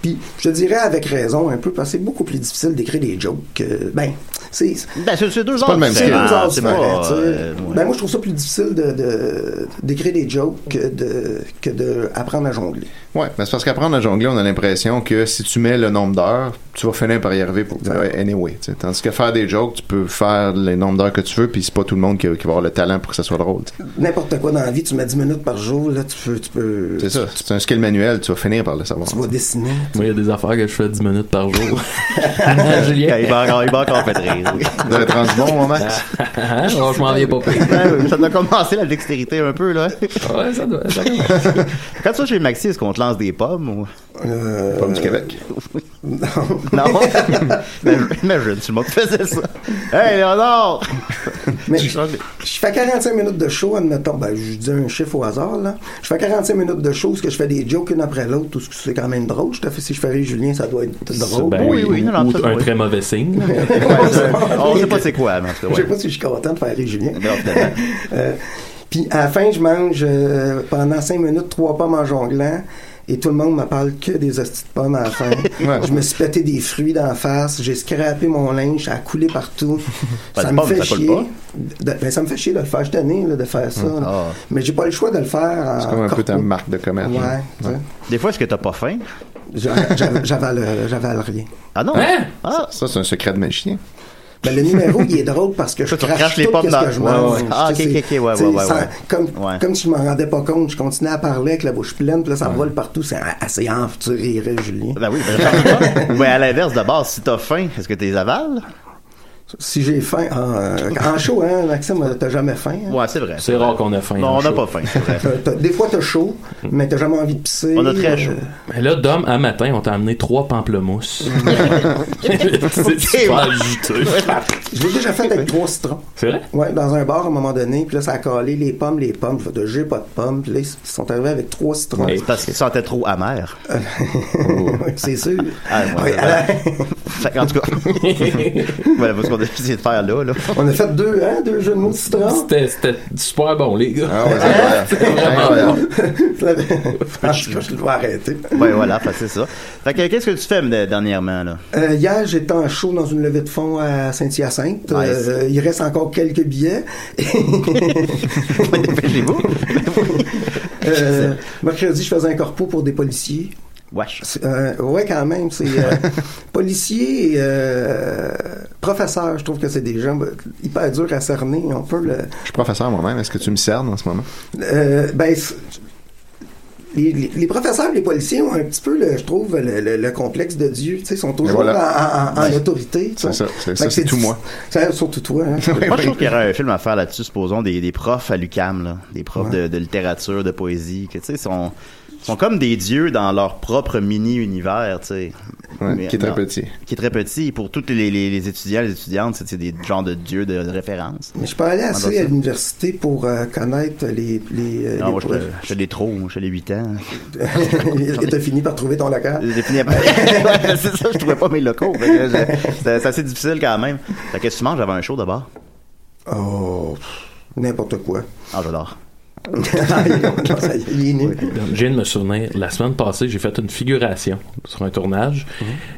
Speaker 5: Puis, je te dirais avec raison un peu, parce que c'est beaucoup plus difficile d'écrire des jokes. que- ben, c'est.
Speaker 2: Ben, c'est c'est deux
Speaker 4: pas le même
Speaker 5: C'est
Speaker 4: skill.
Speaker 5: deux arts
Speaker 2: C'est pas.
Speaker 5: différents, tu sais.
Speaker 2: euh, ouais.
Speaker 5: Ben, moi, je trouve ça plus difficile de- de- d'écrire des jokes que de que de apprendre à jongler.
Speaker 4: Ouais, mais c'est parce qu'apprendre à jongler, on a l'impression que si tu mets le nombre d'heures, tu vas finir par y arriver pour ouais, anyway. tu sais. Tandis que faire des jokes, tu peux faire les nombres d'heures que tu veux, puis c'est pas tout le monde qui, qui va avoir le talent pour que ça soit drôle. tu sais.
Speaker 5: N'importe quoi dans la vie, tu mets 10 minutes par jour, là, tu peux. Tu peux
Speaker 4: C'est ça. C'est un skill manuel, tu vas finir par le savoir.
Speaker 5: tu vas dessiner.
Speaker 3: Moi, il y a des affaires que je fais 10 minutes par jour.
Speaker 2: Quand il va encore, il va encore péter, oui.
Speaker 4: Vous avez rendu bon, mon
Speaker 2: Ah.
Speaker 4: Max?
Speaker 3: je m'en viens pas plus.
Speaker 2: Ouais, ça doit commencer la dextérité un peu, là.
Speaker 3: Ouais, ça doit. ça doit.
Speaker 2: Quand tu vas chez Maxi, est-ce qu'on te lance des pommes ou...
Speaker 5: Euh,
Speaker 4: Pomme du Québec.
Speaker 5: non.
Speaker 2: Non? Imagine- Imagine, tu m'as faisait ça. Hey, Léonard!
Speaker 5: Mais je, je fais 45 minutes de show, admettons. Ben, je dis un chiffre au hasard, là. Je fais 45 minutes de show, parce que je fais des jokes une après l'autre, tout ce que c'est quand même drôle. Je te fais, si je fais rire Julien, ça doit être drôle.
Speaker 3: Ben
Speaker 2: Oh, Oui, oui, non, non,
Speaker 3: ou
Speaker 2: ça,
Speaker 3: un
Speaker 2: oui.
Speaker 3: très mauvais signe.
Speaker 2: On sait pas c'est quoi, mais en tout cas,
Speaker 5: Je sais
Speaker 2: ouais.
Speaker 5: pas si je suis content de faire rire Julien.
Speaker 2: Non, finalement.
Speaker 5: Euh, Puis à la fin, je mange euh, pendant 5 minutes trois pommes en jonglant. Et tout le monde me parle que des hosties de pommes à la fin. Je me suis pété des fruits d'en face, j'ai scrapé mon linge, ça a coulé partout.
Speaker 2: Pas
Speaker 5: ça
Speaker 2: de
Speaker 5: me
Speaker 2: Ben, pommes,
Speaker 5: fait
Speaker 2: ça coule
Speaker 5: chier.
Speaker 2: pas.
Speaker 5: De- ben, ça me fait chier de le faire. Je suis tanné, là, de faire ça. là.
Speaker 2: Ah.
Speaker 5: Mais j'ai pas le choix de le faire. en
Speaker 4: C'est comme un peu ta
Speaker 5: corpo.
Speaker 4: marque de commerce.
Speaker 5: Ouais.
Speaker 4: hein.
Speaker 5: tu sais.
Speaker 2: Des fois, est-ce que t'as pas faim?
Speaker 5: J'a- j'a- J'avale j'avale rien.
Speaker 2: Ah non?
Speaker 3: Hein?
Speaker 2: Ah!
Speaker 4: Ça, c'est un secret de magicien.
Speaker 5: Ben, le numéro, il est drôle parce que je
Speaker 2: Toi, tu
Speaker 5: crache
Speaker 2: craches
Speaker 5: tout
Speaker 2: les pommes
Speaker 5: qu'est-ce
Speaker 2: dans-
Speaker 5: que je
Speaker 2: Ouais,
Speaker 5: mange.
Speaker 2: ouais. Ah,
Speaker 5: Tu
Speaker 2: ok,
Speaker 5: sais,
Speaker 2: ok, ok, ouais,
Speaker 5: tu sais,
Speaker 2: ouais, ouais,
Speaker 5: sans-
Speaker 2: ouais.
Speaker 5: Comme,
Speaker 2: Ouais.
Speaker 5: comme si je m'en rendais pas compte, je continuais à parler avec la bouche pleine, puis là, ça vole partout. C'est assez enf, tu rirais, Julien.
Speaker 2: Ben oui, ben, j'en ai pas. Mais à l'inverse, d'abord, si t'as faim, est-ce que t'es avales?
Speaker 5: Si j'ai faim, en, en chaud, hein, Maxime, t'as jamais faim. hein?
Speaker 2: Ouais, c'est vrai.
Speaker 3: C'est rare qu'on a faim.
Speaker 2: Non,
Speaker 3: en
Speaker 2: on n'a
Speaker 3: show.
Speaker 2: pas faim, c'est vrai.
Speaker 5: T'as- t'as- des fois, t'as chaud, mais t'as jamais envie de pisser.
Speaker 2: On a très
Speaker 5: euh,
Speaker 2: chaud.
Speaker 3: Mais là, Dom, à matin, on t'a amené trois pamplemousses. c'est
Speaker 2: C'est
Speaker 3: super
Speaker 2: bon.
Speaker 3: juteux. Ah.
Speaker 5: Je l'ai déjà fait avec trois citrons.
Speaker 3: C'est vrai?
Speaker 5: Ouais, dans un bar à un moment donné, puis là, ça a collé les pommes, les pommes. Je fais, j'ai pas de pommes. Puis là, ils sont arrivés avec trois citrons.
Speaker 2: C'est parce qu'il sentait trop amer.
Speaker 5: c'est sûr.
Speaker 2: Ah, ouais,
Speaker 5: Oui,
Speaker 2: ouais.
Speaker 5: à la-
Speaker 2: Fait qu'en tout cas, voilà ce qu'on a essayé de faire là. là.
Speaker 5: on a fait deux, hein, deux jeux de mots de citron.
Speaker 3: C'était c'était super bon, les gars.
Speaker 4: Ah ouais, c'est vrai. Incroyable.
Speaker 5: Ah, je je dois arrêter.
Speaker 2: Ouais, voilà, fait que c'est ça. Fait que qu'est-ce que tu fais euh, dernièrement là?
Speaker 5: Euh, hier, j'étais en show dans une levée de fonds à Saint-Hyacinthe. Euh, il reste encore quelques billets.
Speaker 4: Ben,
Speaker 2: Dépêchez-vous.
Speaker 5: Euh, mercredi, je faisais un corpo pour des policiers.
Speaker 2: Wesh.
Speaker 5: C'est, euh, ouais, quand même. C'est euh, policier et euh, professeur. Je trouve que c'est des gens euh, hyper durs à cerner. On peut le.
Speaker 4: Je suis professeur moi-même. Est-ce que tu me cernes en ce moment?
Speaker 5: Euh, ben, c'est- les, les- les professeurs et les policiers ont un petit peu, le- je trouve, le, le- le complexe de Dieu. Tu sais, Ils sont toujours
Speaker 4: voilà.
Speaker 5: en, en- en
Speaker 4: Ouais.
Speaker 5: autorité. tu sais.
Speaker 4: C'est ça, c'est-
Speaker 5: Fait
Speaker 4: ça,
Speaker 5: que
Speaker 4: c'est tout
Speaker 5: diffi-
Speaker 4: moi.
Speaker 5: C'est surtout toi. hein.
Speaker 2: Moi, je trouve qu'il y aurait un film à faire là-dessus, supposons, des, des profs à l'UCAM, là, des profs de, de littérature, de poésie, que, tu sais, sont, sont comme des dieux dans leur propre mini-univers, tu sais.
Speaker 4: Ouais,
Speaker 2: Mais
Speaker 4: qui est très
Speaker 2: non,
Speaker 4: petit.
Speaker 2: Qui est très petit. Pour tous les, les, les étudiants, les étudiantes, c'est c'est des genres de dieux de, de référence.
Speaker 5: Mais je peux aller
Speaker 2: Ah,
Speaker 4: ben,
Speaker 2: donc
Speaker 5: assez
Speaker 2: ça.
Speaker 5: à l'université pour euh, connaître les. les, euh,
Speaker 2: Non,
Speaker 5: les-
Speaker 4: Ah,
Speaker 2: Ah, moi, je te- je te l'ai trop, moi, je te l'ai 8 ans.
Speaker 5: Et t'as fini par trouver ton local.
Speaker 2: J'ai fini après. Ouais, c'est ça, je trouvais pas mes locaux. fait que j'ai- C'était c'est assez difficile quand même. Fait que tu manges avant un show d'abord.
Speaker 5: Oh, pff, n'importe quoi.
Speaker 2: Ah, j'adore.
Speaker 5: Non, ça y est, il est nu.
Speaker 3: Je viens de me souvenir, la semaine passée, j'ai fait une figuration sur un tournage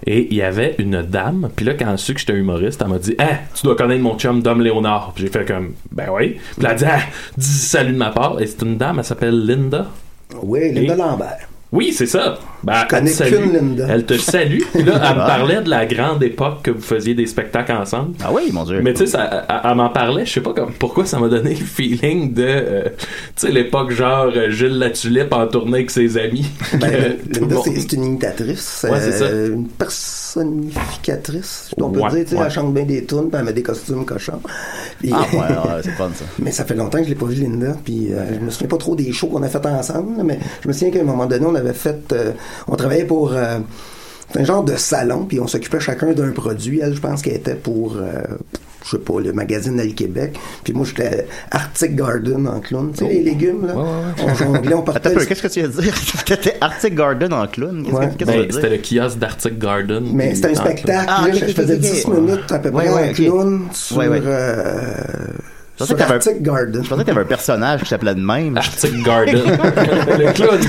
Speaker 3: et il y avait une dame. Puis là, quand elle a su que j'étais humoriste, elle m'a dit Ah, tu dois connaître mon chum Dom Léonard. Puis j'ai fait comme Ben oui. Puis elle a dit Ah, dis salut de ma part. Et c'est une dame, elle s'appelle Linda.
Speaker 5: Oui, Linda
Speaker 3: Et-
Speaker 5: Lambert.
Speaker 3: Oui, c'est ça. Ben,
Speaker 5: Je connais
Speaker 3: elle te salue.
Speaker 5: qu'une Linda. Ah.
Speaker 3: Elle te salue. Puis là, elle me parlait de la grande époque que vous faisiez des spectacles ensemble.
Speaker 2: Ah oui, mon Dieu.
Speaker 3: Mais tu sais, ça- elle- elle m'en parlait, je sais pas comme, pourquoi ça m'a donné le feeling de, euh, tu sais, l'époque genre euh, Gilles Latulippe en tournée avec ses amis.
Speaker 5: Ben,
Speaker 3: Tout le
Speaker 5: Linda,
Speaker 3: monde-
Speaker 5: c'est c'est une imitatrice,
Speaker 3: Euh, Ouais, c'est ça.
Speaker 5: euh, une personnificatrice. On peut
Speaker 3: Ouais,
Speaker 5: dire, tu sais,
Speaker 3: ouais.
Speaker 5: elle chante bien des tunes, puis elle met des costumes cochons. Puis-
Speaker 2: Ah, ouais, ouais, c'est fun, ça.
Speaker 5: Mais ça fait longtemps que je l'ai pas vu Linda, puis euh, je me souviens pas trop des shows qu'on a fait ensemble, là, mais je me souviens qu'à un moment donné, on avait fait, euh, on travaillait pour euh, un genre de salon, puis on s'occupait chacun d'un produit. Elle, je pense qu'elle était pour, euh, je sais pas, le magazine Elle Québec, puis moi j'étais Arctic Garden en clown, tu sais
Speaker 2: Oh.
Speaker 5: les légumes là, on jonglait, on
Speaker 2: Attends
Speaker 5: partait.
Speaker 2: un peu, qu'est-ce que tu viens de dire? T'étais Arctic Garden en clown? Qu'est-ce
Speaker 5: Ouais.
Speaker 2: que, qu'est-ce que
Speaker 3: Ben,
Speaker 2: tu veux
Speaker 3: c'était le
Speaker 2: dire?
Speaker 3: kiosque d'Arctic Garden.
Speaker 5: Mais
Speaker 3: puis
Speaker 5: c'était un
Speaker 3: dans-
Speaker 5: spectacle,
Speaker 2: Ah,
Speaker 5: là,
Speaker 2: ok,
Speaker 5: je, je
Speaker 2: ok,
Speaker 5: faisais
Speaker 2: ok.
Speaker 5: 10 minutes à peu
Speaker 2: Ouais,
Speaker 5: près
Speaker 2: ouais,
Speaker 5: en
Speaker 2: ok.
Speaker 5: clown sur,
Speaker 2: Ouais, ouais.
Speaker 5: euh,
Speaker 2: pensais
Speaker 5: sur
Speaker 2: que t'avais un-
Speaker 5: Arctic Garden.
Speaker 2: Je pensais qu'il y avait un personnage qui s'appelait de même.
Speaker 3: Arctic Garden. le clown.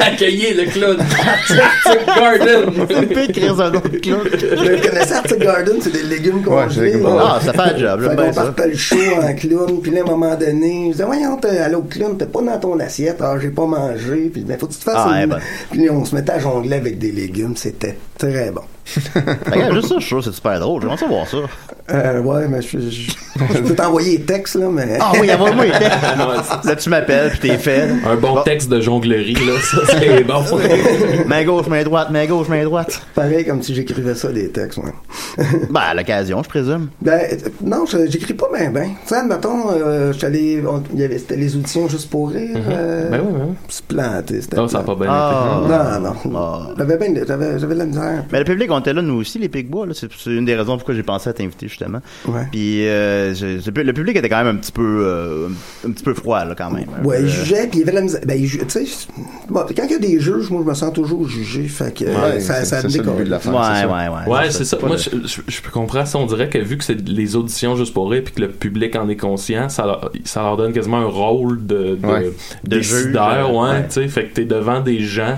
Speaker 3: Accueillez le clown. Arctic Garden.
Speaker 2: C'est pire d'écrire un autre clown.
Speaker 5: Je connaissais Arctic Garden, c'est des légumes qu'on
Speaker 4: Ouais, c'est des légumes congelés.
Speaker 2: Ah, ça fait un job, j'aime
Speaker 5: Fait
Speaker 2: bien
Speaker 5: qu'on
Speaker 2: ça.
Speaker 5: partait le show en clown, puis là, à un moment donné, je disais, voyons, t'es à l'autre clown, t'es pas dans ton assiette, ah, j'ai pas mangé, puis ben, faut que tu te fasses
Speaker 2: Ah,
Speaker 5: une-
Speaker 2: eh ben.
Speaker 5: Puis là, on se mettait à jongler avec des légumes, c'était très bon.
Speaker 2: Regarde, juste ça, je suis sûr, c'est super drôle. J'aimerais ça voir ça.
Speaker 5: Euh, ouais, mais je, je- je peux t'envoyer les textes, là, mais...
Speaker 2: Ah oui, envoie-moi les textes.
Speaker 3: non, c'est-
Speaker 2: Là, tu m'appelles, puis t'es fait.
Speaker 3: Un bon texte de jonglerie, là. Ça, c'est bon.
Speaker 5: Euh,
Speaker 2: Main gauche, main droite, main gauche, main droite.
Speaker 5: Pareil comme si j'écrivais ça, des textes, ouais.
Speaker 2: Ben, à l'occasion, je présume.
Speaker 5: Ben, euh, non, je- j'écris pas bien, ben. Tu sais, admettons, euh, j'étais allé... on- il y avait- C'était les auditions juste pour rire. euh,
Speaker 3: Ben oui, ben oui.
Speaker 5: Se planter, c'était...
Speaker 3: Non, ça n'a pas bien été.
Speaker 2: Ah.
Speaker 5: Non, non.
Speaker 2: Ah.
Speaker 5: J'avais bien de- j'avais j'avais de la misère.
Speaker 2: Mais le public, on était là, nous aussi, les Picbois. là. C'est c'est une des raisons pourquoi j'ai pensé à t'inviter, justement.
Speaker 5: Ouais.
Speaker 2: Puis, euh, je- je- le public était quand même un petit peu, euh, un petit peu froid, là, quand même. Un
Speaker 5: Ouais,
Speaker 2: peu,
Speaker 5: il
Speaker 2: euh,
Speaker 5: jugeait, puis il y avait de la misère. Ben, il ju- tu sais, bon, quand il y a des juges, moi, je me sens toujours jugé, fait que euh,
Speaker 4: Ouais,
Speaker 5: ça,
Speaker 4: c'est-
Speaker 5: ça me
Speaker 4: c'est le but de
Speaker 5: décolle.
Speaker 4: la
Speaker 2: Ouais,
Speaker 4: fin. c'est
Speaker 2: ouais,
Speaker 4: ça.
Speaker 2: ouais.
Speaker 3: Ouais, c'est ça.
Speaker 2: pas
Speaker 3: Moi,
Speaker 2: le-
Speaker 3: je, je, je comprends ça. On dirait que vu que c'est les auditions juste pour rire puis que le public en est conscient, ça leur, ça leur donne quasiment un rôle de, de,
Speaker 4: Ouais.
Speaker 2: De
Speaker 3: décideur,
Speaker 2: juge,
Speaker 3: ouais,
Speaker 2: ouais.
Speaker 3: tu sais. Fait que t'es devant des gens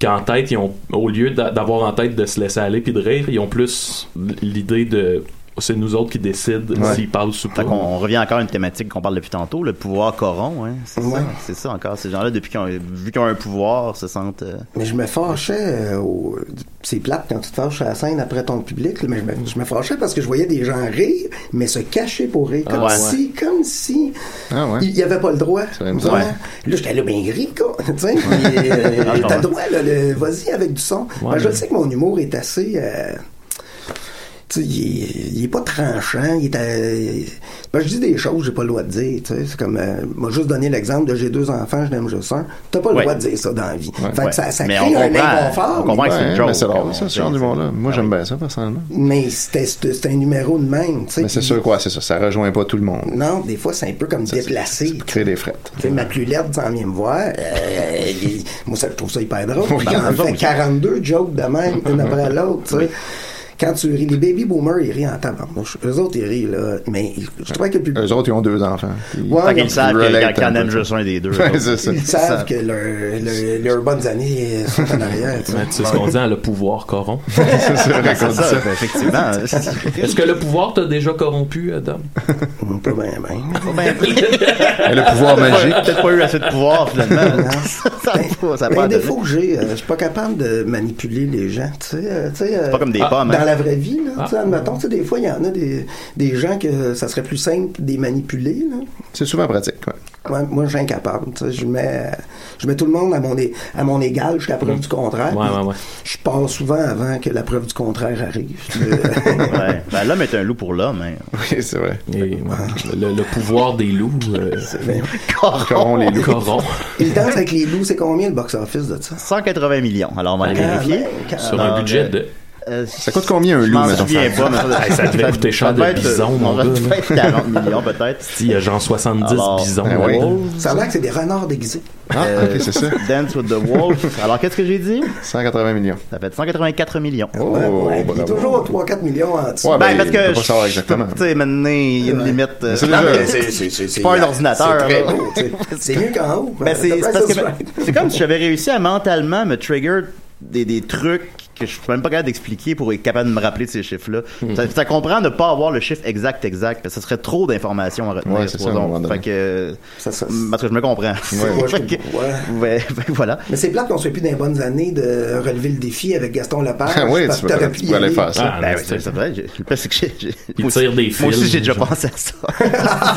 Speaker 3: qu'en tête, ils ont, au lieu d'a- d'avoir en tête de se laisser aller puis de rire, ils ont plus l'idée de c'est nous autres qui décident
Speaker 4: Ouais.
Speaker 3: s'ils passent ou pas.
Speaker 2: Fait qu'on on revient encore à une thématique qu'on parle depuis tantôt, le pouvoir corrompt. Hein, c'est
Speaker 5: Ouais.
Speaker 2: ça, c'est ça encore. Ces gens-là, depuis qu'ils ont, vu qu'ils ont un pouvoir, se sentent. euh,
Speaker 5: Mais je me fâchais, euh, au- c'est plate quand tu te fâches à la scène après ton public, là, mais je me, je me fâchais parce que je voyais des gens rire, mais se cacher pour rire, comme
Speaker 2: ouais.
Speaker 5: si, comme si,
Speaker 4: Ah ouais.
Speaker 5: il n'y avait pas le droit.
Speaker 4: vrai,
Speaker 5: Ouais.
Speaker 4: ça.
Speaker 5: Là, j'étais là, ben gris, quoi, tu sais, puis, euh,
Speaker 2: Ah, je
Speaker 5: t'as
Speaker 2: comprends.
Speaker 5: le droit, là, le- vas-y avec du son. Ben, je sais que mon humour est assez... euh, Tu sais, il est, il est pas tranchant. Il est à- ben, je dis des choses, j'ai pas le droit de dire. tu sais. C'est comme, euh, m'a juste donné l'exemple de j'ai deux enfants, je n'aime juste un. T'as pas le
Speaker 2: Ouais.
Speaker 5: droit de dire ça dans la vie. fait
Speaker 2: Ouais.
Speaker 5: que ça, ça
Speaker 2: Mais
Speaker 5: crée
Speaker 2: on
Speaker 5: un
Speaker 2: comprend-
Speaker 5: inconfort.
Speaker 2: on comprend que c'est une
Speaker 4: Ouais,
Speaker 2: joke.
Speaker 4: mais c'est drôle, ça, ce genre d'humour-là. Moi,
Speaker 2: Ah
Speaker 4: j'aime bien ça, personnellement.
Speaker 5: Mais c'était- c'était c'était un numéro de même. tu sais.
Speaker 4: Mais c'est sûr, quoi, c'est ça. Ça rejoint pas tout le monde.
Speaker 5: Non, des fois, c'est un peu comme déplacé.
Speaker 4: Créer des frettes.
Speaker 5: Tu sais, ma plus laide s'en vient me voir. euh, il- moi, ça, je trouve ça hyper drôle. Puis
Speaker 4: Oui,
Speaker 5: j'en
Speaker 4: oui.
Speaker 5: fais 42 jokes de même, une après l'autre. tu sais. Quand tu ris, les baby boomers, ils rient en tabarnouche. Eux autres, ils rient, là. Mais je trouvais que le public.
Speaker 4: Eux autres, ils ont deux enfants. Ils-
Speaker 5: Ouais,
Speaker 2: Fait qu'ils
Speaker 5: ils-
Speaker 2: savent
Speaker 4: relate
Speaker 2: que-
Speaker 4: un
Speaker 2: qu'il y en
Speaker 4: peu.
Speaker 2: aime juste un des deux.
Speaker 4: Ouais, c'est ça.
Speaker 5: Ils savent que leur- leur- leurs bonnes années sont en arrière. tu sais.
Speaker 3: Mais tu sais ce qu'on dit, hein, le pouvoir corrompt.
Speaker 4: C'est ça,
Speaker 2: Ouais, c'est
Speaker 4: raconte ça.
Speaker 2: ça, ben, effectivement.
Speaker 3: Est-ce que le pouvoir t'a déjà corrompu, Adam?
Speaker 5: Pas bien, bien.
Speaker 4: Et le pouvoir magique.
Speaker 2: T'as peut-être pas eu assez de pouvoir, finalement. ça a pas- ça a
Speaker 5: Ben,
Speaker 2: pas
Speaker 5: un
Speaker 2: donné.
Speaker 5: défaut que j'ai, euh, je suis pas capable de manipuler les gens. Tu sais, euh, tu sais, euh,
Speaker 2: Pas comme des
Speaker 5: ah,
Speaker 2: pommes, hein.
Speaker 5: Dans la vraie vie,
Speaker 3: Ah.
Speaker 5: là, tu sais, admettons, tu sais, des fois, il y en a des, des gens que ça serait plus simple de les manipuler. Là.
Speaker 4: C'est souvent pratique. ouais.
Speaker 5: Ouais, moi, je suis incapable. tu sais, Je mets, je mets tout le monde à mon, é- à mon égal jusqu'à la preuve du contraire.
Speaker 3: Mm. Ouais, ouais, ouais.
Speaker 5: Je pars souvent avant que la preuve du contraire arrive. tu sais.
Speaker 2: Ouais. Ben, l'homme est un loup pour l'homme. Hein.
Speaker 4: Oui, c'est vrai.
Speaker 3: Et, ouais, le, le pouvoir des loups euh,
Speaker 5: Ben
Speaker 4: Quand on les loue.
Speaker 3: corrompt.
Speaker 5: Il danse avec les loups. C'est combien le box-office de ça?
Speaker 2: 180 millions. Alors, on va aller
Speaker 5: Ah,
Speaker 2: vérifier.
Speaker 5: ben, quand-
Speaker 3: Sur un
Speaker 2: Non,
Speaker 3: budget
Speaker 2: mais-
Speaker 3: de.
Speaker 2: Euh,
Speaker 4: Ça coûte combien un
Speaker 2: je
Speaker 4: loup,
Speaker 2: m'en
Speaker 4: mettons?
Speaker 2: souviens pas, mais ça,
Speaker 3: ça devait coûter cher de
Speaker 2: doit être-
Speaker 3: bison, mon
Speaker 2: ça doit
Speaker 3: gars, là.
Speaker 2: être 40 millions, peut-être.
Speaker 3: Il y a genre 70
Speaker 2: Alors,
Speaker 3: bisons.
Speaker 4: ben oui.
Speaker 3: là-dedans.
Speaker 5: Ça a l'air que c'est des renards déguisés.
Speaker 4: Ah, ok, c'est ça.
Speaker 2: euh, Dance with the Wolf. Alors, qu'est-ce que j'ai dit?
Speaker 4: 180 millions.
Speaker 2: Ça fait 184 millions.
Speaker 4: Oh,
Speaker 5: Ouais, ouais, puis
Speaker 4: bravo.
Speaker 5: toujours 3-4 millions en dessous.
Speaker 4: Ouais,
Speaker 2: ben, parce
Speaker 4: il
Speaker 2: que
Speaker 4: peut pas savoir
Speaker 2: je-
Speaker 4: exactement.
Speaker 2: Tu sais, maintenant, il y a une
Speaker 5: Ouais.
Speaker 2: limite. euh,
Speaker 4: c'est
Speaker 2: non,
Speaker 4: déjà-
Speaker 2: mais c'est-
Speaker 5: c'est
Speaker 2: c'est pas un ordinateur.
Speaker 5: C'est très
Speaker 2: là.
Speaker 5: beau, Oh, tu sais. C'est mieux qu'en haut. euh,
Speaker 2: Ben, c'est
Speaker 5: The
Speaker 2: c'est
Speaker 5: price
Speaker 2: parce
Speaker 5: is
Speaker 2: que
Speaker 5: right.
Speaker 2: c'est comme si j'avais réussi à mentalement me trigger des, des trucs que je suis même pas capable d'expliquer pour être capable de me rappeler de ces chiffres-là. Ça, ça comprend ne pas avoir le chiffre exact exact, parce que ce serait trop d'informations à retenir.
Speaker 4: Ouais, c'est ça,
Speaker 2: supposons.
Speaker 4: à un moment donné.
Speaker 2: fait que, euh,
Speaker 5: Ça, ça,
Speaker 2: parce que je me comprends.
Speaker 5: Ouais.
Speaker 2: Fait que-
Speaker 5: Ouais.
Speaker 2: Ouais, fait que ben voilà.
Speaker 5: Mais c'est plate qu'on soit plus dans les bonnes années de relever le défi avec Gaston Lepage.
Speaker 4: Ah oui,
Speaker 5: parce
Speaker 4: tu
Speaker 5: que
Speaker 4: vas
Speaker 5: t'aurais pu y
Speaker 4: tu vas aller
Speaker 5: aller.
Speaker 4: faire ça.
Speaker 3: Ah,
Speaker 2: Ben
Speaker 3: non,
Speaker 2: oui,
Speaker 3: c'est-
Speaker 2: c'est vrai. j'ai- parce que j'ai- j'ai-
Speaker 3: Il
Speaker 2: moi
Speaker 3: tire
Speaker 2: aussi-
Speaker 3: des
Speaker 2: Moi aussi,
Speaker 3: fils,
Speaker 2: j'ai déjà
Speaker 3: genre.
Speaker 2: pensé à ça.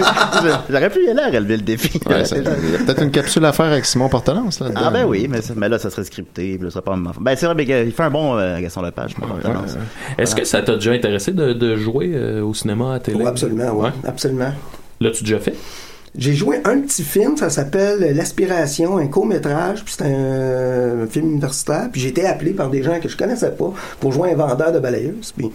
Speaker 2: J'aurais pu y aller à relever le défi.
Speaker 4: Ouais, ça- Il y a peut-être une capsule à faire avec Simon Portelance là
Speaker 2: Ah ben oui, mais, ça- mais là, ça serait scripté, puis là, ça serait pas... Ben c'est vrai, mais il fait un bon euh, Gaston Lepage, je pense.
Speaker 3: Ouais. Est-ce que ça t'a déjà intéressé de, de jouer euh, au cinéma, à la télé?
Speaker 4: Oh,
Speaker 5: Ouais, absolument, ouais, absolument.
Speaker 3: L'as-tu déjà fait?
Speaker 5: J'ai joué un petit film, ça s'appelle L'Aspiration, un court-métrage, puis c'est un, un film universitaire, puis j'ai été appelé par des gens que je connaissais pas pour jouer un vendeur de balayeuses, puis...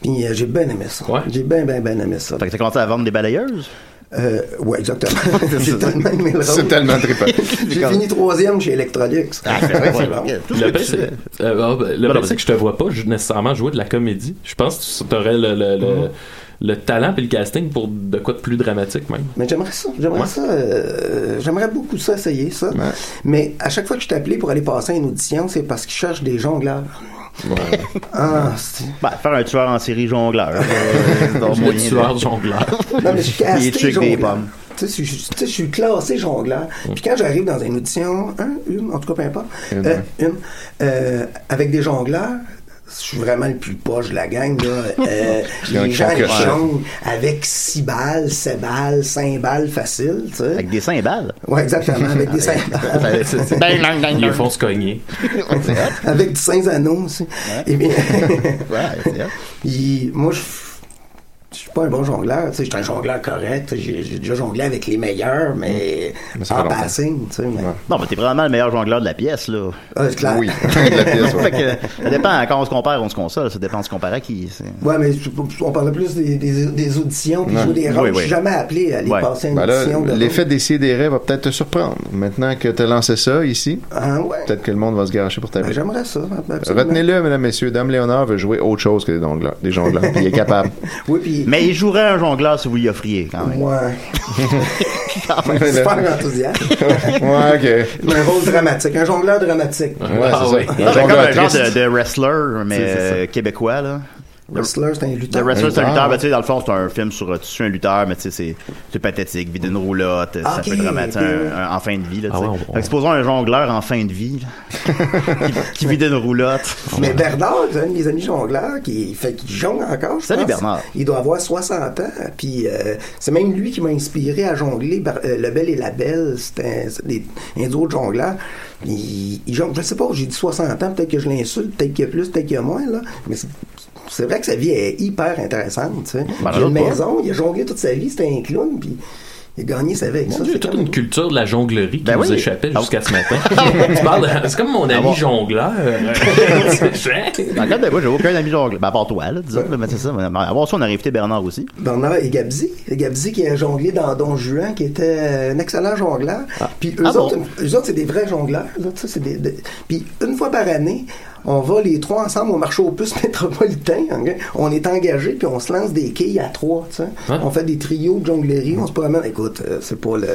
Speaker 5: Puis euh, j'ai bien aimé ça.
Speaker 3: Ouais.
Speaker 5: J'ai bien, bien, bien aimé ça.
Speaker 2: Fait que t'as commencé à vendre des balayeuses?
Speaker 5: Euh, ouais, exactement. j'ai tellement aimé le
Speaker 4: C'est
Speaker 5: rôle.
Speaker 4: tellement Ah, trippant.
Speaker 5: J'ai fini troisième chez Electrolux. Ouais, bon.
Speaker 2: Tout ce
Speaker 3: Le
Speaker 2: que
Speaker 3: pire,
Speaker 2: tu
Speaker 3: c'est
Speaker 2: fais.
Speaker 3: euh, ah, ben, le
Speaker 2: Non,
Speaker 3: pire,
Speaker 2: non,
Speaker 3: c'est que je te vois pas jou- nécessairement jouer de la comédie. Je pense que tu aurais le, le, le,
Speaker 2: Mhm.
Speaker 3: le talent et le casting pour de quoi de plus dramatique, même.
Speaker 5: Mais j'aimerais ça, j'aimerais
Speaker 3: Ouais.
Speaker 5: ça, euh, j'aimerais beaucoup ça, essayer ça.
Speaker 4: Ouais.
Speaker 5: Mais à chaque fois que je t'appelais pour aller passer une audition, c'est parce qu'ils cherchent des jongleurs.
Speaker 4: Ouais.
Speaker 5: Ah, c'est...
Speaker 2: Ben, faire un tueur en série jongleur. Euh, c'est un
Speaker 3: Le
Speaker 2: moyen de-
Speaker 3: tueur jongleur.
Speaker 5: Non, mais je suis
Speaker 2: Il
Speaker 5: casté
Speaker 2: est chic des
Speaker 5: jongleur.
Speaker 2: pommes. Mm.
Speaker 5: Tu sais, je, suis- tu sais, je suis classé jongleur. Puis quand j'arrive dans une audition, un, une, en tout cas, peu importe,
Speaker 4: Une,
Speaker 5: euh,
Speaker 4: ouais.
Speaker 5: une, euh, avec des jongleurs, je suis vraiment le plus poche de la gang. Là. Euh,
Speaker 4: un
Speaker 5: les gens
Speaker 4: crack
Speaker 5: ils
Speaker 4: que ça.
Speaker 5: jonglent avec 6 balles, 7 balles, 5 balles faciles. Tu sais.
Speaker 2: Avec des seins et balles.
Speaker 5: Ouais, exactement, avec des 5
Speaker 4: Ah,
Speaker 5: balles.
Speaker 2: Ça- c'est- c'est-
Speaker 3: Ils les font se cogner.
Speaker 5: Avec du Saint-Zanon aussi. Et bien,
Speaker 2: Ouais, c'est hot.
Speaker 5: puis moi, je je suis pas un bon jongleur. Tu sais, je suis un jongleur correct. J'ai j'ai déjà jonglé avec les meilleurs, mais,
Speaker 4: Mais ça fait
Speaker 5: en
Speaker 4: longtemps.
Speaker 5: passing. Tu sais, mais-
Speaker 2: Non, mais t'es vraiment le meilleur jongleur de la pièce, là.
Speaker 5: Ah, c'est clair.
Speaker 4: Oui, de la pièce. ouais.
Speaker 2: Fait que, ça dépend, quand on se compare, on se console, ça dépend de se comparer à qui. c'est-
Speaker 5: Ouais, mais je- on parlait plus des, des- des auditions puis
Speaker 4: Ouais.
Speaker 5: jouer des rôles.
Speaker 2: Oui,
Speaker 5: Je
Speaker 2: oui.
Speaker 5: suis jamais appelé à aller
Speaker 2: Ouais.
Speaker 5: passer une
Speaker 4: Ben là,
Speaker 5: audition. de
Speaker 4: l'effet d'essayer des rêves va peut-être te surprendre. Maintenant que tu as lancé ça ici,
Speaker 5: rôle. Ah, ouais.
Speaker 4: peut-être que le monde va se garocher pour ta
Speaker 5: Ben,
Speaker 4: vie.
Speaker 5: J'aimerais ça. absolument.
Speaker 4: Retenez-le, mesdames, messieurs. Dame Léonard veut jouer autre chose que des jongleurs. Des jongleurs. puis il est capable.
Speaker 5: Oui, puis.
Speaker 2: Mais il jouerait un jongleur si vous lui offriez, quand même.
Speaker 5: Ouais.
Speaker 4: ouais,
Speaker 5: Super enthousiaste.
Speaker 4: ok.
Speaker 5: Mais un rôle dramatique. Un jongleur dramatique.
Speaker 4: Ouais,
Speaker 3: Ah
Speaker 4: c'est
Speaker 3: oui.
Speaker 4: ça.
Speaker 2: Non,
Speaker 4: Un
Speaker 2: mais comme
Speaker 4: jongleur
Speaker 2: un genre
Speaker 4: triste.
Speaker 2: de, de wrestler, mais
Speaker 4: C'est- c'est ça.
Speaker 2: euh, québécois, là.
Speaker 5: Wrestler, c'est un
Speaker 2: The
Speaker 5: lutteur.
Speaker 2: Wrestler, c'est un
Speaker 4: Ah.
Speaker 2: lutteur. Ben, tu sais, dans le fond, c'est un film sur euh, tu suis un lutteur, mais tu sais, c'est- c'est pathétique. Vide une roulotte, c'est un
Speaker 5: Ok,
Speaker 2: peu dramatique.
Speaker 5: ok.
Speaker 2: un- un- en fin de vie, là, tu
Speaker 3: Ah
Speaker 2: sais.
Speaker 3: ouais, on-
Speaker 2: Fait que supposons un jongleur en fin de vie, là, qui, qui vide une roulotte.
Speaker 5: Mais Bernard, c'est un de mes amis jongleurs, qui fait qu'il jongle encore. je
Speaker 2: Salut,
Speaker 5: pense.
Speaker 2: Bernard.
Speaker 5: Il doit avoir 60 ans. Puis euh, c'est même lui qui m'a inspiré à jongler. par- euh, le Bel et la Belle, c'était un, c'est des- un duo de jongleurs. Il, il jongle, je sais pas, j'ai dit 60 ans, peut-être que je l'insulte, peut-être qu'il y a plus, peut-être qu'il y a moins, là. Mais c'est- c'est vrai que sa vie est hyper intéressante. tu sais.
Speaker 3: Ben,
Speaker 5: il a une
Speaker 3: pas.
Speaker 5: maison, il a jonglé toute sa vie, c'était un clown, puis il a gagné sa vie avec ça.
Speaker 3: Mon Dieu,
Speaker 5: c'est
Speaker 3: toute
Speaker 5: comme-
Speaker 3: une culture de la jonglerie qui
Speaker 5: Ben
Speaker 3: nous
Speaker 5: oui.
Speaker 3: échappait jusqu'à ce matin. Tu parles de- C'est comme mon
Speaker 2: Ah bon.
Speaker 3: ami jongleur.
Speaker 2: En fait, ben, moi, j'ai aucun ami jongleur. Ben, à part toi, là, disons, là, mais c'est ça. mais Avant ça, on a invité Bernard aussi.
Speaker 5: Bernard et Gabzi. Gabzi qui a jonglé dans Don Juan, qui était un excellent jongleur. Puis eux
Speaker 2: Ah bon?
Speaker 5: autres, eux autres, c'est des vrais jongleurs. Eux autres, ça, c'est des- des- Puis une fois par année, on va les trois ensemble au marché aux puces métropolitain. ok? On est engagés, puis on se lance des quilles à trois. tu sais. On fait des trios de jonglerie, on se promène. Écoute, euh, c'est pas le,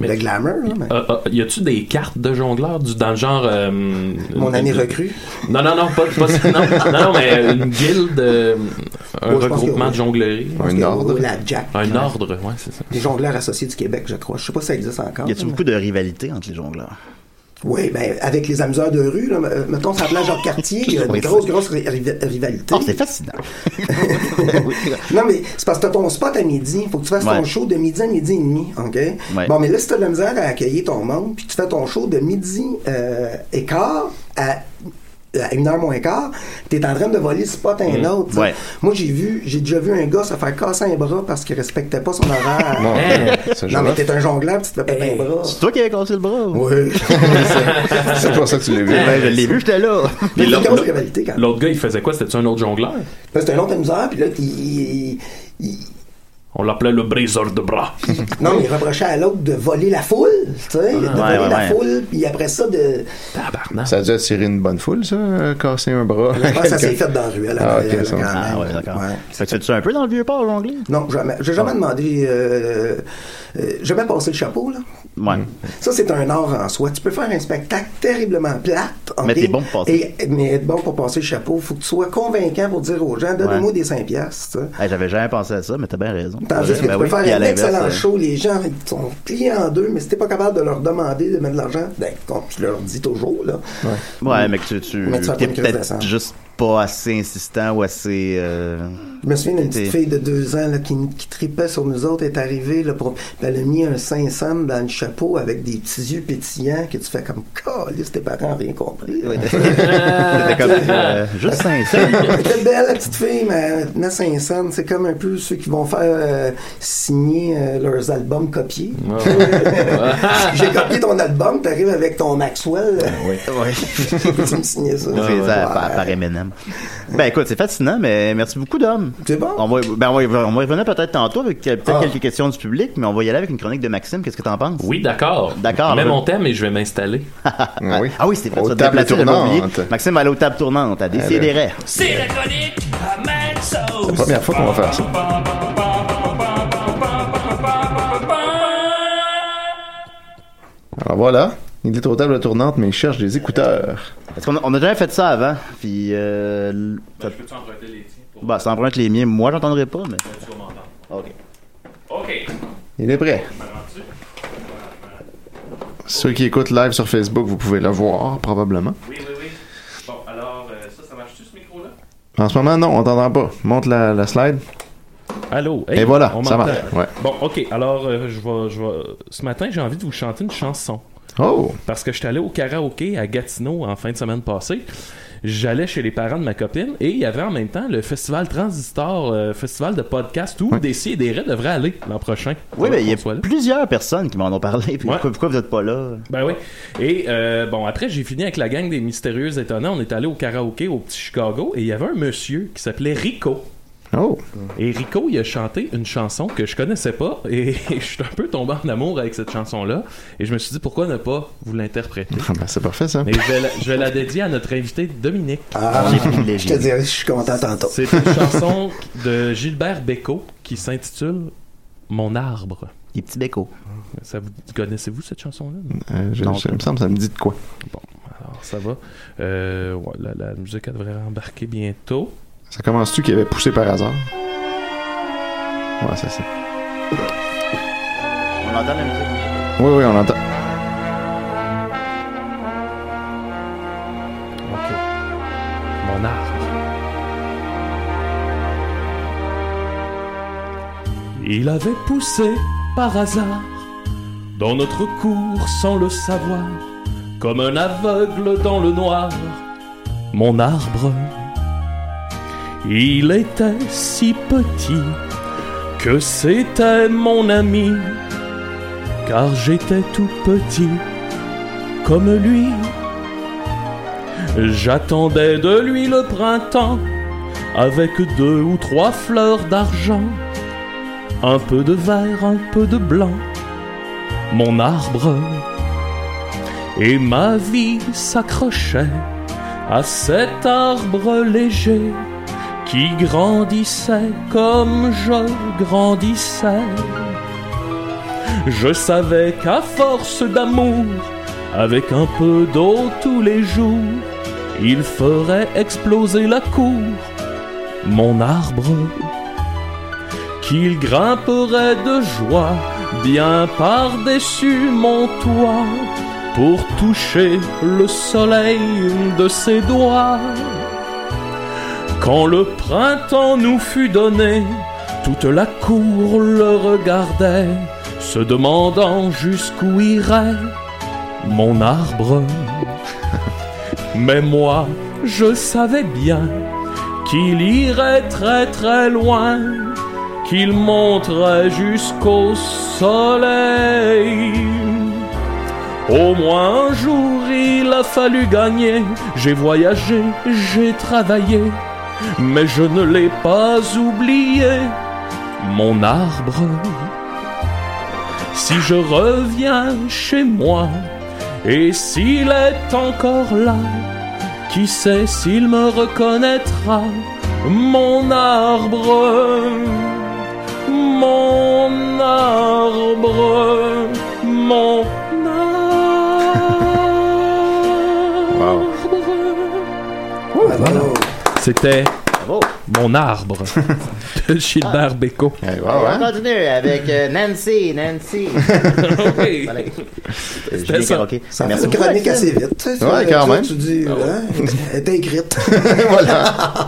Speaker 5: le glamour. là, mais-
Speaker 3: Euh, euh, y a-tu des cartes de jongleur du, dans le genre. euh,
Speaker 5: Mon
Speaker 3: une-
Speaker 5: année
Speaker 3: une-
Speaker 5: recrue?
Speaker 3: Non, non, non, pas, pas ça, non, non, non, mais une guilde, euh, un
Speaker 5: Oh, je pense
Speaker 3: regroupement
Speaker 5: que oui.
Speaker 3: de jonglerie.
Speaker 5: Je pense que oui, la Jack.
Speaker 3: Un
Speaker 5: Ouais.
Speaker 3: ordre, ouais, c'est ça.
Speaker 5: Les jongleurs associés du Québec, je crois. Je sais pas si ça existe encore.
Speaker 4: Ah
Speaker 2: Y a-tu
Speaker 5: mais-
Speaker 2: beaucoup de rivalité entre les jongleurs?
Speaker 5: Oui, ben, avec les amuseurs de rue, là, euh, mettons, sur la plage Jacques Cartier, il y a une
Speaker 2: Oui,
Speaker 5: grosse,
Speaker 2: c'est-
Speaker 5: grosse ri- ri- rivalité.
Speaker 2: Ah, C'est fascinant.
Speaker 5: non, mais c'est parce que t'as ton spot à midi. Faut que tu fasses ton
Speaker 2: Ouais.
Speaker 5: show de midi à midi et demi, OK? Bon, mais là, si t'as de la misère à accueillir ton monde, puis tu fais ton show de midi euh, et quart à à une heure moins quart, t'es en train de voler le spot à un
Speaker 2: Mhm.
Speaker 5: autre. tu sais.
Speaker 2: Ouais.
Speaker 5: Moi, j'ai vu, j'ai déjà vu un gars se faire casser un bras parce qu'il respectait pas son horaire.
Speaker 2: Mon Dieu, ce
Speaker 5: non, mais
Speaker 2: jour-là.
Speaker 5: t'es un jongleur, puis tu te fais péter un bras.
Speaker 2: C'est toi qui avais cassé le bras?
Speaker 5: Oui.
Speaker 4: C'est pour ça que tu l'as vu.
Speaker 2: Ben, je l'ai vu, j'étais là.
Speaker 5: Mais
Speaker 3: l'autre-
Speaker 5: c'est une grosse rivalité, quand même.
Speaker 3: L'autre gars, il faisait quoi C'était-tu un autre jongleur
Speaker 5: Là, c'était un autre amuseur, puis là, il, il-
Speaker 3: On l'appelait le briseur de bras.
Speaker 5: non, mais il reprochait à l'autre de voler la foule, tu sais, de
Speaker 4: ouais,
Speaker 5: voler la
Speaker 4: ouais.
Speaker 5: foule, puis après ça, de...
Speaker 4: Ça a dû attirer une bonne foule, ça, euh, casser un bras.
Speaker 5: Je pense que ça s'est fait dans la ruelle, à
Speaker 4: Ah,
Speaker 5: Montréal,
Speaker 4: ok, ça.
Speaker 5: quand même.
Speaker 4: Ah,
Speaker 2: ouais, d'accord.
Speaker 5: Ouais.
Speaker 2: Fait que tu un peu dans le vieux port jonglé?
Speaker 5: Non, jamais. J'ai jamais demandé... Euh, euh, jamais passé le chapeau, là. Hmm.
Speaker 2: Ouais.
Speaker 5: Ça, c'est un art en soi. Tu peux faire un spectacle terriblement plate. ok?
Speaker 2: Mais t'es bon pour passer.
Speaker 5: Et- mais être bon pour passer le chapeau, faut que tu sois convaincant pour dire aux gens, donnez-moi
Speaker 2: Ouais.
Speaker 5: des 5 piastres. tu sais.
Speaker 2: Hey, J'avais jamais pensé à ça, mais t'as bien raison.
Speaker 5: Tandis que
Speaker 2: Ben
Speaker 5: tu peux
Speaker 2: oui, puis à
Speaker 5: faire un
Speaker 2: l'inverse,
Speaker 5: excellent
Speaker 2: euh,
Speaker 5: show, les gens ils sont pliés en deux, mais si t'es pas capable de leur demander de mettre de l'argent, ben, comme tu leur dis toujours, là.
Speaker 2: Ouais, mais que tu, tu
Speaker 5: Mais tu vas
Speaker 2: t'es
Speaker 5: pas me creuser ça.
Speaker 2: peut-être juste pas assez insistant ou assez. euh,
Speaker 5: Je me souviens d'une
Speaker 2: t'es-
Speaker 5: petite fille de deux ans là, qui, qui tripait sur nous autres, est arrivée, là, pour, puis elle a mis un 500 dans le chapeau avec des petits yeux pétillants que tu fais comme Calice, tes parents ont rien compris.
Speaker 2: C'était comme euh, juste 500.
Speaker 5: Elle était belle, la petite fille, mais maintenant 500, c'est comme un peu ceux qui vont faire euh, signer euh, leurs albums copiés. J'ai copié ton album, t'arrives avec ton Maxwell.
Speaker 2: Ah Oui.
Speaker 5: tu me signais ça.
Speaker 2: C'est ça, par, par Eminem. Ben écoute, c'est fascinant, mais merci beaucoup, Dom.
Speaker 5: C'est bon?
Speaker 2: On va, ben, on va, y- on va y revenir peut-être tantôt avec euh, peut-être
Speaker 3: Ah.
Speaker 2: quelques questions du public, mais on va y aller avec une chronique de Maxime. Qu'est-ce que t'en penses?
Speaker 3: Oui, d'accord.
Speaker 2: D'accord.
Speaker 3: Mets
Speaker 2: là.
Speaker 3: mon thème et je vais m'installer.
Speaker 5: Ben
Speaker 2: Ah oui, c'est vrai.
Speaker 3: Aux
Speaker 2: tu vas te
Speaker 3: tables
Speaker 2: déplacer, j'avais
Speaker 3: tournantes.
Speaker 2: oublié. Maxime va aller aux tables tournantes, à
Speaker 5: Eh
Speaker 2: décider
Speaker 7: C'est la chronique à Mad Sauce.
Speaker 4: C'est la première fois qu'on va faire ça. Alors voilà, il est aux tables tournantes, mais il cherche des écouteurs.
Speaker 2: Parce qu'on a, on a déjà fait ça avant, puis. Euh, l- ça- Bah, ça emprunte les miens. Moi, j'entendrai pas, mais. Ok.
Speaker 3: Ok.
Speaker 4: Il est prêt. Ceux qui écoutent live sur Facebook, vous pouvez le voir, probablement.
Speaker 3: Oui, oui, oui. Bon, alors, euh, ça, ça marche-tu ce micro-là
Speaker 4: En ce moment, non, on t'entend pas. Monte la, la slide.
Speaker 3: Allô.
Speaker 4: Et voilà,
Speaker 3: on
Speaker 4: ça
Speaker 3: m'entend.
Speaker 4: marche, ouais.
Speaker 3: Bon, ok. Alors, euh, je vais, je vais- Ce matin, j'ai envie de vous chanter une chanson.
Speaker 4: Oh.
Speaker 3: Parce que j'étais allé au karaoké à Gatineau en fin de semaine passée. J'allais chez les parents de ma copine et il y avait en même temps le festival Transistor, euh, festival de podcast où des et des devraient aller l'an prochain.
Speaker 2: Oui,
Speaker 3: Faudrait
Speaker 2: mais Eh ben, il y
Speaker 3: qu'on
Speaker 2: a
Speaker 3: soit là.
Speaker 2: plusieurs personnes qui m'en ont parlé. puis pourquoi, pourquoi vous n'êtes pas là?
Speaker 3: Ben oui. Et euh, bon, après, j'ai fini avec la gang des Mystérieux Étonnants. On est allé au karaoké au Petit Chicago et il y avait un monsieur qui s'appelait Rico.
Speaker 4: Oh!
Speaker 3: Et Rico, il a chanté une chanson que je connaissais pas et je suis un peu tombé en amour avec cette chanson-là. Et je me suis dit, pourquoi ne pas vous l'interpréter?
Speaker 4: Ah ben, c'est parfait, ça.
Speaker 3: Et je vais, la, je vais la dédier à notre invité Dominique.
Speaker 5: Ah, je te dirais, je suis content
Speaker 4: Oh.
Speaker 5: tantôt.
Speaker 3: C'est une chanson de Gilbert Bécaud qui s'intitule Mon arbre.
Speaker 2: Les petits Bécaux.
Speaker 3: Ça vous connaissez-vous cette chanson-là?
Speaker 4: Euh, je,
Speaker 3: Non,
Speaker 4: je- il me semble que ça me dit de quoi.
Speaker 3: Alors, ça va. Euh, ouais, la, la musique, elle devrait embarquer bientôt.
Speaker 4: Ça commence-tu qu'il avait poussé par hasard? Ouais, c'est ça.
Speaker 2: On entend la musique.
Speaker 4: Oui, oui, on entend. Eh,
Speaker 3: Mon arbre. Il avait poussé par hasard dans notre cour sans le savoir, comme un aveugle dans le noir, mon arbre.
Speaker 8: Il était si petit que c'était mon ami, car j'étais tout petit comme lui. J'attendais de lui le printemps avec deux ou trois fleurs d'argent, un peu de vert, un peu de blanc, mon arbre. Et ma vie s'accrochait à cet arbre léger qui grandissait comme je grandissais. Je savais qu'à force d'amour, avec un peu d'eau tous les jours, il ferait exploser la cour, mon arbre. Qu'il grimperait de joie, bien par-dessus mon toit, pour toucher le soleil de ses doigts. Quand le printemps nous fut donné, toute la cour le regardait, se demandant jusqu'où irait mon arbre. Mais moi, je savais bien qu'il irait très très loin, qu'il monterait jusqu'au soleil. Au moins un jour, il a fallu gagner. J'ai voyagé, j'ai travaillé, mais je ne l'ai pas oublié, mon arbre. Si je reviens chez moi, et s'il est encore là, qui sait s'il me reconnaîtra, mon arbre, mon arbre, mon arbre. C'était mon arbre de Gilbert Bécaud.
Speaker 2: On continue avec euh, Nancy, Nancy.
Speaker 8: Oui.
Speaker 2: Julien
Speaker 8: ça.
Speaker 2: Caroquet.
Speaker 5: Ça
Speaker 2: Merci
Speaker 5: fait une
Speaker 2: beaucoup,
Speaker 5: chronique
Speaker 2: Axel.
Speaker 5: assez vite. tu sais, ça,
Speaker 4: Ouais, quand
Speaker 5: toi,
Speaker 4: même.
Speaker 5: Tu dis,
Speaker 2: Ah
Speaker 5: hein, elle est écrite.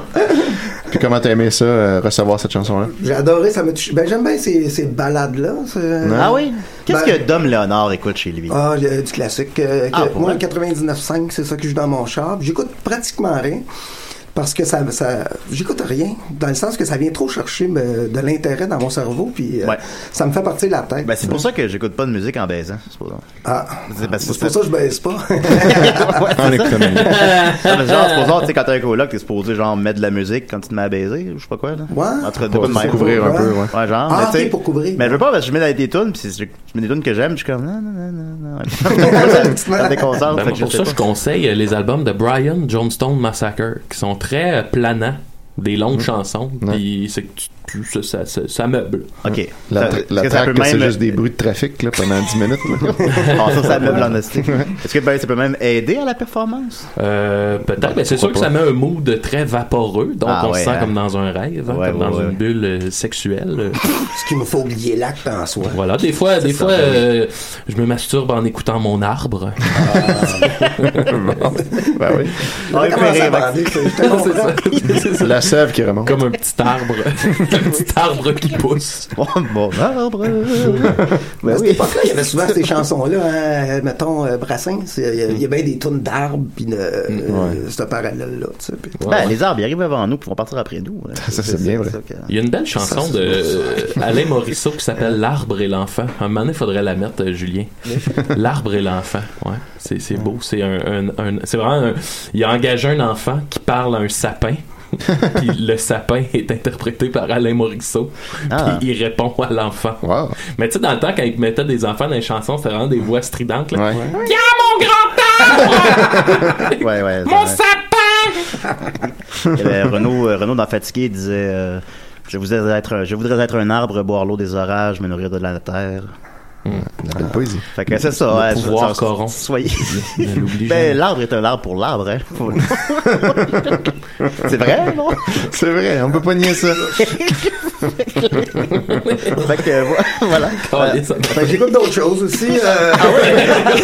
Speaker 4: Puis comment t'as aimé ça, euh, recevoir cette chanson-là?
Speaker 5: J'ai adoré, ça m'a touché. Ben, j'aime bien ces, ces balades-là. c'est-
Speaker 2: Ah
Speaker 4: Hein?
Speaker 2: oui? Qu'est-ce
Speaker 5: Ben,
Speaker 2: que Dom Léonard écoute chez lui?
Speaker 5: Ah, le- du classique. euh,
Speaker 2: Ah,
Speaker 5: que-
Speaker 2: pour
Speaker 5: moi,
Speaker 2: vrai?
Speaker 5: le 99.5, c'est ça que je joue dans mon char. J'écoute pratiquement rien. Parce que ça, ça j'écoute rien, dans le sens que ça vient trop chercher me- de l'intérêt dans mon cerveau, puis euh,
Speaker 2: Ouais.
Speaker 5: ça me fait partir la tête.
Speaker 2: Ben, c'est pour ça que j'écoute pas de musique en baisant, supposons.
Speaker 5: Ah.
Speaker 2: C'est parce que
Speaker 5: C'est pour ça que je baisse pas.
Speaker 2: En écoutant Genre, supposons, tu sais, quand t'as un coloc, t'es supposé, genre, mettre de la musique quand tu te mets à baiser, ou je sais pas quoi, là.
Speaker 5: Ouais.
Speaker 2: Entre
Speaker 4: Pour se couvrir un peu, ouais.
Speaker 2: Ouais, genre,
Speaker 5: Ah,
Speaker 2: mais tu sais-
Speaker 5: ok, pour couvrir.
Speaker 2: Mais je veux pas, parce que je mets dans des tunes, pis si je je mets des tunes que j'aime, je suis comme, non, non, non, non, non. Ça me déconcentre,
Speaker 8: Ben,
Speaker 2: fait que je
Speaker 8: pour ça,
Speaker 2: sais
Speaker 8: je conseille euh, les albums de Brian Johnstone Massacre, qui sont très euh, planants, des longues
Speaker 2: Mhm.
Speaker 8: chansons, puis c'est que tu- tu- ça, ça, ça- ça meuble.
Speaker 2: pas. Ok.
Speaker 4: La,
Speaker 2: Ça-
Speaker 4: tra-
Speaker 2: est-ce
Speaker 4: la
Speaker 2: que ça
Speaker 4: traque,
Speaker 2: peut
Speaker 4: c'est
Speaker 2: même-
Speaker 4: juste des bruits de trafic là, pendant 10 minutes. là.
Speaker 2: Ah, ça, ça meuble en esti. Est-ce que ben, ça peut même aider à la performance?
Speaker 8: Euh, Peut-être,
Speaker 2: Bon,
Speaker 8: mais c'est sûr
Speaker 2: Ben, pourquoi
Speaker 8: que ça met un mood très vaporeux, donc
Speaker 2: Ah,
Speaker 8: on
Speaker 2: ouais,
Speaker 8: se sent
Speaker 2: hein.
Speaker 8: comme dans un rêve, hein,
Speaker 2: Ouais,
Speaker 8: comme
Speaker 2: ouais,
Speaker 8: dans
Speaker 2: ouais.
Speaker 8: une bulle euh, sexuelle. euh.
Speaker 5: Ce qu'il me faut oublier l'acte en soi.
Speaker 8: voilà, des fois, des fois euh, je me masturbe en écoutant mon arbre.
Speaker 4: Ben oui.
Speaker 2: Ah, il peut
Speaker 5: Comment ça
Speaker 2: rire,
Speaker 5: va aller, ça? Je te comprends.
Speaker 4: C'est la sève qui remonte.
Speaker 8: comme un petit arbre, un petit arbre qui pousse.
Speaker 2: Bon, bon, Oh, arbre.
Speaker 5: Mais
Speaker 2: Ben
Speaker 5: à cette
Speaker 2: oui.
Speaker 5: époque-là, il y avait souvent ces chansons-là, hein, euh, mettons euh, Brassens, c'est- il y a- il y a bien des tonnes d'arbres, puis
Speaker 2: Mm.
Speaker 5: de- euh, ce parallèle-là. tu sais, puis-
Speaker 2: Ben, les arbres, ils arrivent avant nous, puis ils vont partir après nous. là.
Speaker 4: Ça, c'est bien vrai.
Speaker 2: ça que-
Speaker 8: Il y a une belle chanson de euh, Alain Morisseau qui s'appelle L'arbre et l'enfant. Un moment donné, faudrait la mettre, euh, Julien. L'arbre et l'enfant. Ouais, c'est, c'est beau. C'est un, un- un- c'est vraiment. un- il a engagé un enfant qui parle à un sapin. Puis le sapin est interprété par Alain Morisseau.
Speaker 2: Ah.
Speaker 8: Puis il répond à l'enfant.
Speaker 4: Wow.
Speaker 8: Mais tu sais, dans le temps, quand ils mettaient des enfants dans les chansons, c'était vraiment des voix stridentes. Là.
Speaker 4: Ouais.
Speaker 8: Viens, mon grand arbre!
Speaker 2: Ouais, ouais.
Speaker 8: Mon
Speaker 2: c'est
Speaker 8: sapin!
Speaker 2: vrai. Il y avait Renaud, euh, Renaud dans Fatigué disait euh, je, voudrais être un, je voudrais être un arbre, boire l'eau des orages, me nourrir de la terre.
Speaker 4: La belle poésie.
Speaker 2: Fait que c'est ça.
Speaker 8: Le
Speaker 2: ouais,
Speaker 8: pouvoir
Speaker 2: ça- ça-
Speaker 8: corrompt.
Speaker 2: Soyez.
Speaker 8: Ne l'oublie jamais.
Speaker 2: Ben, l'arbre est un arbre pour l'arbre, hein. Faut- c'est vrai, non?
Speaker 4: C'est vrai, on peut pas nier ça.
Speaker 2: fait que euh, voilà.
Speaker 5: Fait que j'écoute d'autres choses aussi. euh.
Speaker 2: Ah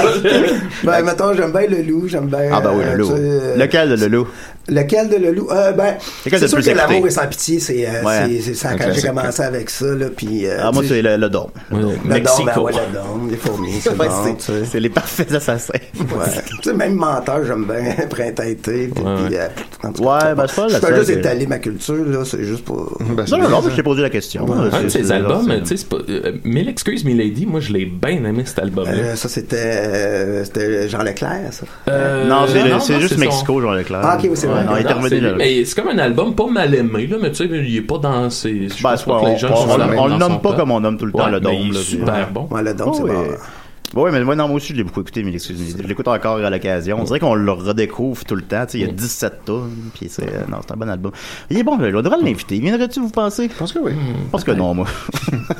Speaker 5: ben, mettons, j'aime bien le loup, j'aime bien.
Speaker 2: Ah, bah oui, le
Speaker 5: euh,
Speaker 2: loup.
Speaker 5: tu sais, euh,
Speaker 2: Lequel de le loup?
Speaker 5: Lequel de le loup? Euh, ben,
Speaker 2: Lequel de
Speaker 5: c'est sûr
Speaker 2: plus
Speaker 5: que
Speaker 2: écouté?
Speaker 5: l'amour est sans pitié, c'est, euh,
Speaker 2: Ouais.
Speaker 5: c'est, c'est ça
Speaker 2: Un
Speaker 5: quand j'ai
Speaker 2: classique.
Speaker 5: commencé avec ça, là, puis, euh,
Speaker 2: Ah, moi,
Speaker 5: tu sais,
Speaker 2: c'est le, le dôme.
Speaker 5: Le dôme, ben ouais, le dôme, les fourmis, c'est
Speaker 2: Ouais,
Speaker 5: bon,
Speaker 2: c'est-
Speaker 5: tu sais.
Speaker 2: C'est les parfaits assassins.
Speaker 5: Ouais. tu sais, même menteur, j'aime bien printemps-été. puis,
Speaker 2: Ouais,
Speaker 5: puis,
Speaker 2: ouais.
Speaker 5: euh, en tout
Speaker 2: Ouais,
Speaker 5: cas,
Speaker 2: ben, c'est pas
Speaker 5: je
Speaker 2: la
Speaker 5: peux
Speaker 2: seule
Speaker 5: juste
Speaker 2: que-
Speaker 5: étaler ma culture, là, c'est juste pour.
Speaker 2: Non, non, non, mais je t'ai posé la question.
Speaker 5: Ouais.
Speaker 3: Un de
Speaker 5: c'est-
Speaker 3: ses
Speaker 5: c'est-
Speaker 3: albums,
Speaker 5: c'est-
Speaker 3: tu sais, c'est pas. euh, mille excuses, Milady, moi je l'ai bien aimé cet album-là.
Speaker 5: Euh, ça, c'était, euh, c'était Jean Leclerc, ça.
Speaker 3: Euh,
Speaker 2: Non, c'est le- c'est juste
Speaker 3: son-
Speaker 2: Mexico, Jean Leclerc.
Speaker 5: Ah, ok, oui, c'est vrai.
Speaker 2: Non, il est
Speaker 3: Non,
Speaker 2: revenu
Speaker 3: c'est-
Speaker 2: là.
Speaker 3: mais c'est comme un album pas mal aimé, là, mais tu sais, il est pas dans ses. je pense
Speaker 2: soit
Speaker 3: pas que les
Speaker 2: on-
Speaker 3: gens
Speaker 2: Ben, on-
Speaker 3: sont
Speaker 2: on-
Speaker 3: dans-
Speaker 2: on le
Speaker 3: dans
Speaker 2: nomme
Speaker 3: son
Speaker 2: pas
Speaker 3: top.
Speaker 2: comme on nomme tout le temps
Speaker 3: Ouais,
Speaker 2: le
Speaker 3: mais
Speaker 2: dôme,
Speaker 3: il est
Speaker 2: là,
Speaker 3: super
Speaker 2: puis-
Speaker 3: bon.
Speaker 5: Ouais, le dôme, c'est
Speaker 2: Oh, Oui.
Speaker 5: bon.
Speaker 2: Oui, mais moi non, moi aussi, je l'ai beaucoup écouté, mais excusez je l'écoute encore à l'occasion. On dirait qu'on le redécouvre tout le temps. tu sais, Il y a 17 tonnes, puis c'est. euh, Non, c'est un bon album. Il est bon, on devrait l'inviter. Il Viendrait-tu, vous pensez Je pense que oui. Je pense que non, moi.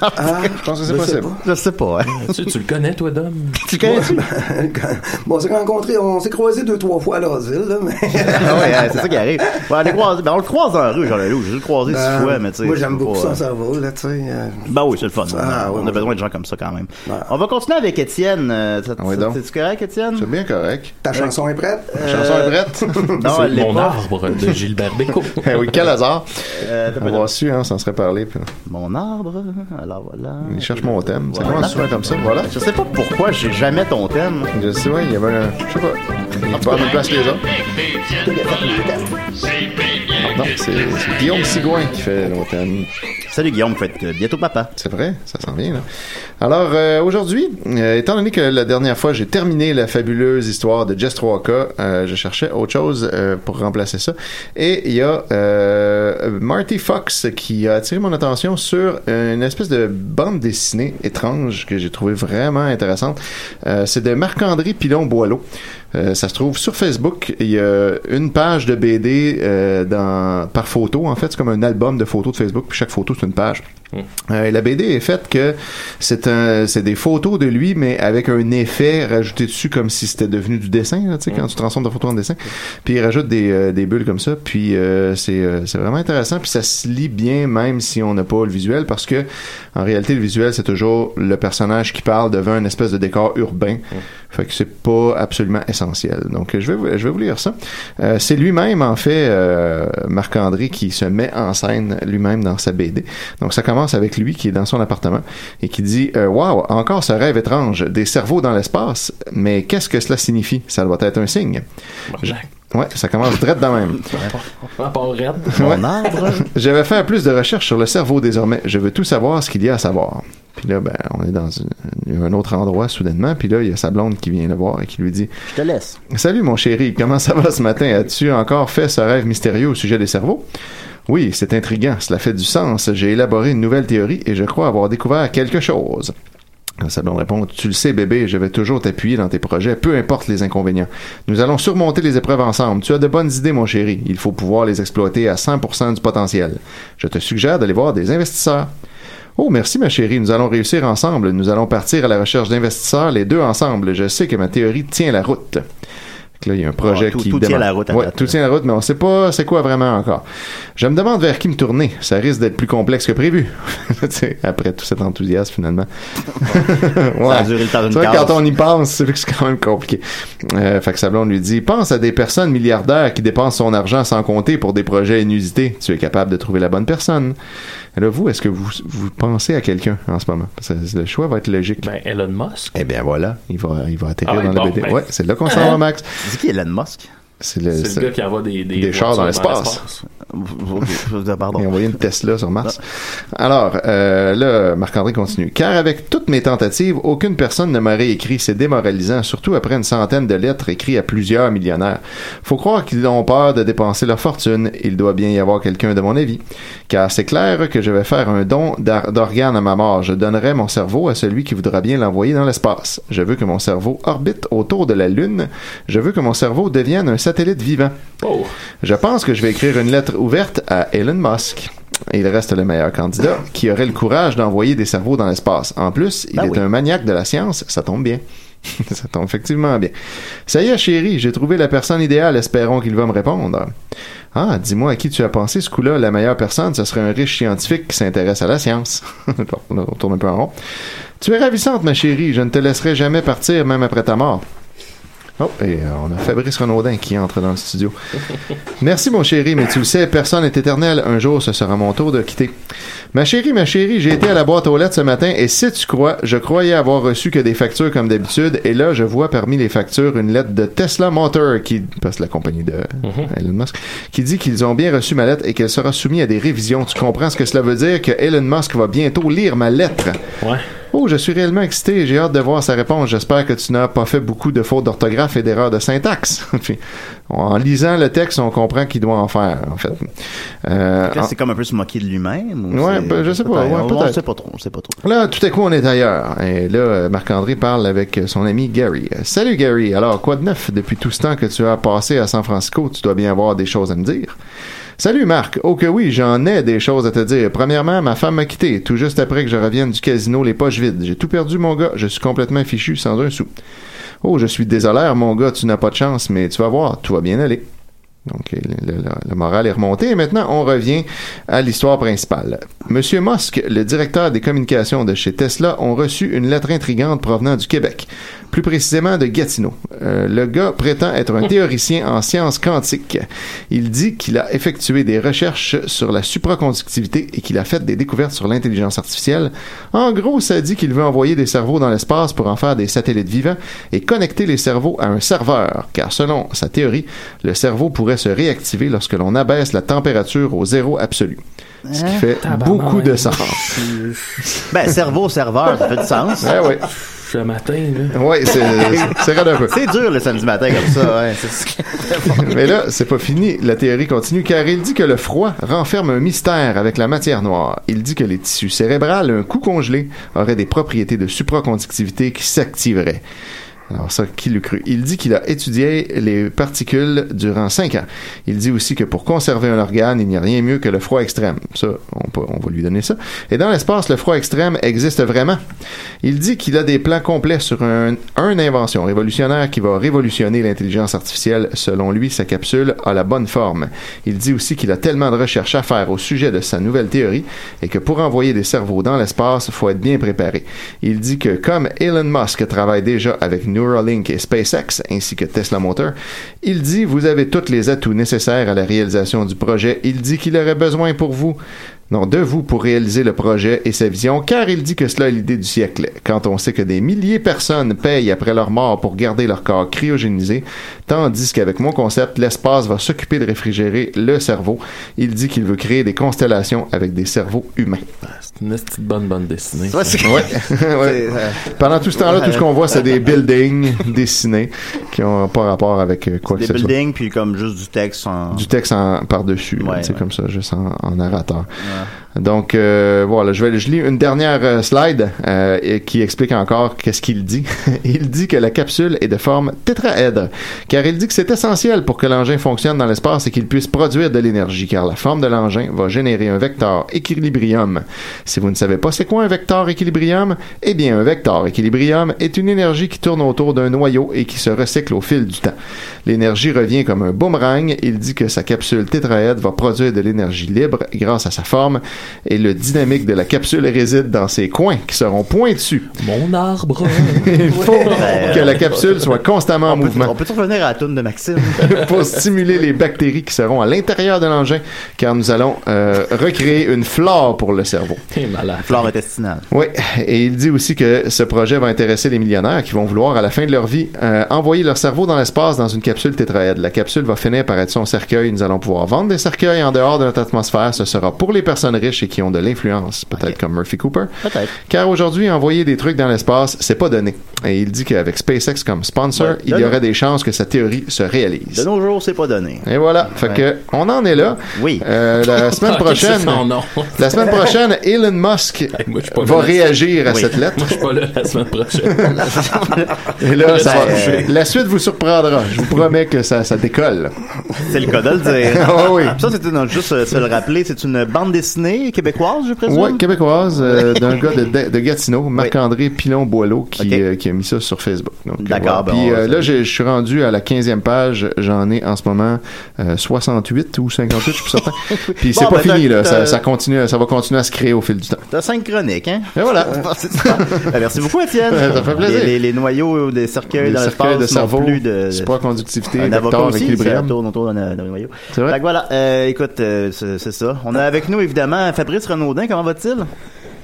Speaker 5: Ah.
Speaker 4: Je pense que c'est
Speaker 5: Je sais
Speaker 4: possible.
Speaker 2: Je sais pas. hein.
Speaker 3: Tu, tu le connais, toi, Dom?
Speaker 2: Tu connais
Speaker 5: Ouais, ben, quand- bon, on s'est rencontrés, on s'est croisés deux, trois fois à l'asile, là, mais.
Speaker 2: Ah ouais, hein, c'est ça qui arrive. Ouais, on, le croise, ben, on le croise dans la rue, Jean Leloup. Je le croisé six fois, mais tu sais.
Speaker 5: Euh, Ben, Moi, j'aime
Speaker 2: c'est
Speaker 5: beaucoup
Speaker 2: pas,
Speaker 5: son cerveau, là, tu sais. euh,
Speaker 2: Ben oui, c'est le fun.
Speaker 5: Ah,
Speaker 2: on
Speaker 5: ouais,
Speaker 2: a
Speaker 5: ouais.
Speaker 2: besoin de gens comme ça quand même. On va continuer avec Étienne. Euh, ça-
Speaker 4: oui,
Speaker 2: ça-
Speaker 4: donc.
Speaker 2: C'est-tu correct, Étienne? Euh,
Speaker 4: C'est bien correct.
Speaker 5: Ta chanson est prête?
Speaker 4: La chanson est prête?
Speaker 2: Non, elle
Speaker 3: C'est
Speaker 2: l'est
Speaker 3: mon
Speaker 2: pas.
Speaker 3: arbre de Gilbert Bécaud.
Speaker 4: Eh oui, quel hasard.
Speaker 2: Euh, t'as
Speaker 4: On
Speaker 2: pas-
Speaker 4: va su, hein, s'en serait parlé. Puis,
Speaker 2: Mon arbre, alors voilà.
Speaker 4: il cherche mon thème. Ça
Speaker 2: Voilà.
Speaker 4: commence souvent comme ça, voilà.
Speaker 2: Je sais pas pourquoi j'ai jamais ton thème.
Speaker 4: Je sais, ouais, il y avait un. Je sais pas. Il est pas à la même place que les autres. Ah Non, c'est c'est Guillaume Sigouin qui fait mon thème.
Speaker 2: Salut Guillaume, faites euh, bientôt papa.
Speaker 4: C'est vrai, ça s'en vient. Là. Alors, euh, aujourd'hui, euh, étant donné que la dernière fois, j'ai terminé la fabuleuse histoire de Jess 3K, euh, je cherchais autre chose euh, pour remplacer ça. Et il y a euh, Marty Fox qui a attiré mon attention sur une espèce de bande dessinée étrange que j'ai trouvé vraiment intéressante. Euh, C'est de Marc-André Pilon-Boileau. Euh, ça se trouve sur Facebook. Il y a une page de BD euh, dans, par photo. En fait, c'est comme un album de photos de Facebook. Puis chaque photo, c'est une page. Euh, et la BD est faite que c'est un, c'est des photos de lui, mais avec un effet rajouté dessus comme si c'était devenu du dessin, là, tu sais, quand tu transformes ta photo en dessin. Puis il rajoute des, euh, des bulles comme ça. Puis euh, c'est, euh, c'est vraiment intéressant. Puis ça se lit bien même si on n'a pas le visuel parce que en réalité, le visuel, c'est toujours le personnage qui parle devant une espèce de décor urbain. Fait que c'est pas absolument essentiel. Donc, euh, je vais, vous- je vais vous lire ça. Euh, c'est lui-même, en fait, euh, Marc-André, qui se met en scène lui-même dans sa BD. Donc, ça commence avec lui qui est dans son appartement et qui dit euh, Wow, encore ce rêve étrange, des cerveaux dans l'espace, mais qu'est-ce que cela signifie Ça doit être un signe. Je- Ouais, ça commence direct de même.
Speaker 3: Ah, pas raide.
Speaker 4: Ouais.
Speaker 2: Mon arbre.
Speaker 4: J'avais fait plus de recherches sur le cerveau désormais. Je veux tout savoir ce qu'il y a à savoir. Puis là, ben, on est dans une- un autre endroit soudainement. Puis là, il y a sa blonde qui vient le voir et qui lui dit
Speaker 2: Je te laisse.
Speaker 4: Salut mon chéri, comment ça va ce matin? As-tu encore fait ce rêve mystérieux au sujet des cerveaux? Oui, c'est intriguant, cela fait du sens. J'ai élaboré une nouvelle théorie et je crois avoir découvert quelque chose. Quand Sablon répond, tu le sais bébé, je vais toujours t'appuyer dans tes projets, peu importe les inconvénients. Nous allons surmonter les épreuves ensemble. Tu as de bonnes idées mon chéri, il faut pouvoir les exploiter à 100% du potentiel. Je te suggère d'aller voir des investisseurs. Oh, merci ma chérie, nous allons réussir ensemble. Nous allons partir à la recherche d'investisseurs, les deux ensemble. Je sais que ma théorie tient la route. Fait que Là, il y a un projet
Speaker 2: Ah, tout-
Speaker 4: qui
Speaker 2: tout tient
Speaker 4: démarre.
Speaker 2: la route à
Speaker 4: Ouais,
Speaker 2: date,
Speaker 4: tout
Speaker 2: là.
Speaker 4: tient la route, mais on ne sait pas c'est quoi vraiment encore. Je me demande vers qui me tourner. Ça risque d'être plus complexe que prévu. Tu sais, Après tout cet enthousiasme, finalement.
Speaker 2: Ça a
Speaker 4: Ouais.
Speaker 2: duré le temps d'une
Speaker 4: Tu vois,
Speaker 2: case.
Speaker 4: quand on y pense, c'est que c'est quand même compliqué. Euh, fait que Sablon lui dit Pense à des personnes milliardaires qui dépensent son argent sans compter pour des projets inusités. Tu es capable de trouver la bonne personne. Et là, vous, est-ce que vous, vous pensez à quelqu'un en ce moment Parce que le choix va être logique.
Speaker 3: Ben, Elon Musk.
Speaker 4: eh bien voilà, il va, il va atterrir
Speaker 3: Ah ouais,
Speaker 4: dans
Speaker 3: bon,
Speaker 4: le BD.
Speaker 3: ben.
Speaker 4: Ouais, c'est là qu'on s'en va, Max.
Speaker 2: C'est qui Elon Musk?
Speaker 4: C'est le,
Speaker 3: C'est
Speaker 4: c'est-
Speaker 3: le gars qui envoie des, des,
Speaker 4: Des chars dans
Speaker 3: voitures
Speaker 4: l'espace.
Speaker 2: Pardon.
Speaker 4: Il a envoyé une Tesla sur Mars. Alors, euh, là, Marc-André continue. Car avec toutes mes tentatives, aucune personne ne m'a réécrit. C'est démoralisant, surtout après une centaine de lettres écrites à plusieurs millionnaires. Faut croire qu'ils ont peur de dépenser leur fortune. Il doit bien y avoir quelqu'un de mon avis. Car c'est clair que je vais faire un don d'ar- d'organes à ma mort. Je donnerai mon cerveau à celui qui voudra bien l'envoyer dans l'espace. Je veux que mon cerveau orbite autour de la Lune. Je veux que mon cerveau devienne un satellite vivant.
Speaker 3: Oh,
Speaker 4: Je pense que je vais écrire une lettre ouverte à Elon Musk. Il reste le meilleur candidat qui aurait le courage d'envoyer des cerveaux dans l'espace. En plus, il
Speaker 2: Ben
Speaker 4: est
Speaker 2: oui.
Speaker 4: un maniaque de la science, ça tombe bien. Ça tombe effectivement bien. Ça y est, chérie, j'ai trouvé la personne idéale. Espérons qu'il va me répondre. Ah, dis-moi à qui tu as pensé ce coup-là. La meilleure personne, ce serait un riche scientifique qui s'intéresse à la science. on tourne un peu en rond. Tu es ravissante, ma chérie. Je ne te laisserai jamais partir, même après ta mort. Oh, et euh, on a Fabrice Renaudin qui entre dans le studio. Merci, mon chéri, mais tu le sais, personne n'est éternel. Un jour, ce sera mon tour de quitter. Ma chérie, ma chérie, j'ai été à la boîte aux lettres ce matin et si tu crois, je croyais avoir reçu que des factures comme d'habitude et là, je vois parmi les factures une lettre de Tesla Motor qui, parce que la compagnie de Elon Musk, qui dit qu'ils ont bien reçu ma lettre et qu'elle sera soumise à des révisions. Tu comprends ce que cela veut dire que Elon Musk va bientôt lire ma lettre.
Speaker 3: Ouais.
Speaker 4: Oh, je suis réellement excité et j'ai hâte de voir sa réponse. J'espère que tu n'as pas fait beaucoup de fautes d'orthographe et d'erreurs de syntaxe. Puis, en lisant le texte, on comprend qu'il doit en faire, en fait. Euh,
Speaker 2: Là, c'est comme un peu se moquer de lui-même. ou
Speaker 4: Ouais,
Speaker 2: c'est-
Speaker 4: ben, je sais pas, ouais,
Speaker 2: on- On
Speaker 4: peut-être.
Speaker 2: sait pas trop, on sait pas trop.
Speaker 4: Là, tout à coup, on est ailleurs. Et là, euh, Marc-André parle avec euh, son ami Gary. Euh, Salut Gary, alors quoi de neuf depuis tout ce temps que tu as passé à San Francisco? Tu dois bien avoir des choses à me dire. Salut Marc, oh que oui, j'en ai des choses à te dire. Premièrement, ma femme m'a quitté, tout juste après que je revienne du casino les poches vides. J'ai tout perdu mon gars, je suis complètement fichu sans un sou. Oh, je suis désolé mon gars, tu n'as pas de chance, mais tu vas voir, tout va bien aller. Donc, le, le- le moral est remonté. Et maintenant, on revient à l'histoire principale. Monsieur Musk, le directeur des communications de chez Tesla, ont reçu une lettre intrigante provenant du Québec, plus précisément de Gatineau. Euh, le gars prétend être un théoricien en sciences quantiques. Il dit qu'il a effectué des recherches sur la supraconductivité et qu'il a fait des découvertes sur l'intelligence artificielle. En gros, ça dit qu'il veut envoyer des cerveaux dans l'espace pour en faire des satellites vivants et connecter les cerveaux à un serveur, car selon sa théorie, le cerveau pourrait se réactiver lorsque l'on abaisse la température au zéro absolu. Ce qui
Speaker 2: Hein?
Speaker 4: fait
Speaker 2: Tabarnak,
Speaker 4: beaucoup de
Speaker 2: ouais.
Speaker 4: sens.
Speaker 2: Ben, cerveau, serveur, ça fait du sens.
Speaker 4: Ouais, ouais.
Speaker 3: Le matin, là.
Speaker 4: Ouais, c'est- c'est- c'est raide un peu.
Speaker 2: C'est dur le samedi matin comme ça, ouais.
Speaker 4: Mais là, c'est pas fini. La théorie continue car il dit que le froid renferme un mystère avec la matière noire. Il dit que les tissus cérébrales, un coup congelé, auraient des propriétés de supraconductivité qui s'activeraient. Alors ça, qui le cru? Il dit qu'il a étudié les particules durant 5 ans. Il dit aussi que pour conserver un organe, il n'y a rien mieux que le froid extrême. Ça, on, peut- on va lui donner ça. Et dans l'espace, le froid extrême existe vraiment. Il dit qu'il a des plans complets sur un, une invention révolutionnaire qui va révolutionner l'intelligence artificielle. Selon lui, sa capsule a la bonne forme. Il dit aussi qu'il a tellement de recherches à faire au sujet de sa nouvelle théorie et que pour envoyer des cerveaux dans l'espace, faut être bien préparé. Il dit que comme Elon Musk travaille déjà avec Neuralink et SpaceX ainsi que Tesla Motor, il dit vous avez tous les atouts nécessaires à la réalisation du projet. Il dit qu'il aurait besoin pour vous non, de vous pour réaliser le projet et sa vision, car il dit que cela est l'idée du siècle. Quand on sait que des milliers de personnes payent après leur mort pour garder leur corps cryogénisé, tandis qu'avec mon concept, l'espace va s'occuper de réfrigérer le cerveau, il dit qu'il veut créer des constellations avec des cerveaux humains.
Speaker 3: Ah, C'est une petite bonne bande dessinée.
Speaker 4: Ouais,
Speaker 3: ça.
Speaker 4: Ouais. Pendant tout ce temps-là, tout ce qu'on voit, c'est des buildings dessinés qui ont pas rapport avec euh, quoi que
Speaker 2: Des
Speaker 4: ce soit.
Speaker 2: buildings, puis comme juste du texte en...
Speaker 4: Du texte en- par-dessus, là,
Speaker 2: Ouais,
Speaker 4: tu sais, comme ça, juste en, en narrateur. Donc euh, voilà, je vais je lis une dernière euh, slide euh, et qui explique encore qu'est-ce qu'il dit. il dit que la capsule est de forme tétraèdre, car il dit que c'est essentiel pour que l'engin fonctionne dans l'espace et qu'il puisse produire de l'énergie, car la forme de l'engin va générer un vecteur équilibrium. Si vous ne savez pas c'est quoi un vecteur équilibrium, eh bien un vecteur équilibrium est une énergie qui tourne autour d'un noyau et qui se recycle au fil du temps. L'énergie revient comme un boomerang. Il dit que sa capsule tétraède va produire de l'énergie libre grâce à sa forme et le dynamique de la capsule réside dans ses coins qui seront pointus.
Speaker 3: Mon arbre.
Speaker 4: Il faut que la capsule soit constamment en mouvement
Speaker 2: Euh, On peut-tu revenir à la toune de Maxime?
Speaker 4: pour stimuler les bactéries qui seront à l'intérieur de l'engin, car nous allons euh, recréer une flore pour le cerveau.
Speaker 2: Flore intestinale.
Speaker 4: Oui, et il dit aussi que ce projet va intéresser les millionnaires qui vont vouloir, à la fin de leur vie, euh, envoyer leur cerveau dans l'espace dans une capsule tétraède. La capsule va finir par être son cercueil. Nous allons pouvoir vendre des cercueils en dehors de notre atmosphère. Ce sera pour les personnes riches et qui ont de l'influence, peut-être comme Murphy Cooper.
Speaker 2: Peut-être.
Speaker 4: Car aujourd'hui, envoyer des trucs dans l'espace, c'est pas donné. Et il dit qu'avec SpaceX comme sponsor,
Speaker 2: Ouais,
Speaker 4: il y
Speaker 2: donne-
Speaker 4: aurait des chances que sa théorie se réalise.
Speaker 2: De nos jours, c'est pas donné.
Speaker 4: Et voilà, fait
Speaker 2: Ouais.
Speaker 4: que on en est là.
Speaker 2: Oui.
Speaker 4: Euh, la semaine
Speaker 3: Ah,
Speaker 2: Ok,
Speaker 4: prochaine,
Speaker 2: c'est son nom.
Speaker 4: la semaine prochaine, Elon Musk
Speaker 3: pas
Speaker 4: va
Speaker 3: là.
Speaker 4: réagir à
Speaker 3: Oui.
Speaker 4: cette lettre.
Speaker 3: Moi, je suis pas là la semaine prochaine.
Speaker 4: Et là,
Speaker 3: Je
Speaker 4: ça
Speaker 3: vais
Speaker 9: Ben,
Speaker 4: va-
Speaker 9: euh,
Speaker 3: toucher.
Speaker 4: la suite vous surprendra. Je vous promets que ça, ça décolle.
Speaker 2: C'est le cas de le dire.
Speaker 4: Ah oui.
Speaker 2: Ça, c'est une, juste euh, se le rappeler, c'est une bande dessinée québécoise, je présume.
Speaker 4: Ouais, québécoise euh, d'un gars de, de Gatineau, Marc-André Pilon-Boileau, qui, euh, qui qui a mis ça sur Facebook. Donc,
Speaker 2: D'accord,
Speaker 4: voilà.
Speaker 2: ben,
Speaker 4: Puis
Speaker 2: on va
Speaker 4: euh,
Speaker 2: saluer.
Speaker 4: là, j'ai- je suis rendu à la 15e page. J'en ai en ce moment euh, 68 ou 58, je suis certain. Puis c'est
Speaker 2: Bon,
Speaker 4: pas
Speaker 2: ben,
Speaker 4: fini,
Speaker 2: t'as-
Speaker 4: là.
Speaker 2: t'as-
Speaker 4: Ça, ça continue, ça va continuer à se créer au fil du temps.
Speaker 2: T'as cinq chroniques, hein?
Speaker 4: Et voilà.
Speaker 2: Ben, merci beaucoup, Étienne.
Speaker 4: Ouais, ça fait plaisir.
Speaker 2: Les, les- les noyaux des cercueils
Speaker 4: Des
Speaker 2: dans l'espace
Speaker 4: cercueils de
Speaker 2: n'ont
Speaker 4: cerveau,
Speaker 2: plus de...
Speaker 4: superconductivité,
Speaker 2: Un
Speaker 4: vecteur,
Speaker 2: avocat aussi,
Speaker 4: équilibrium.
Speaker 2: ça tourne autour d'un d'un noyau.
Speaker 4: C'est vrai?
Speaker 2: Fait que voilà, euh, écoute, euh, c'est c'est ça. On a avec nous, évidemment, Fabrice Renaudin. Comment va-t-il?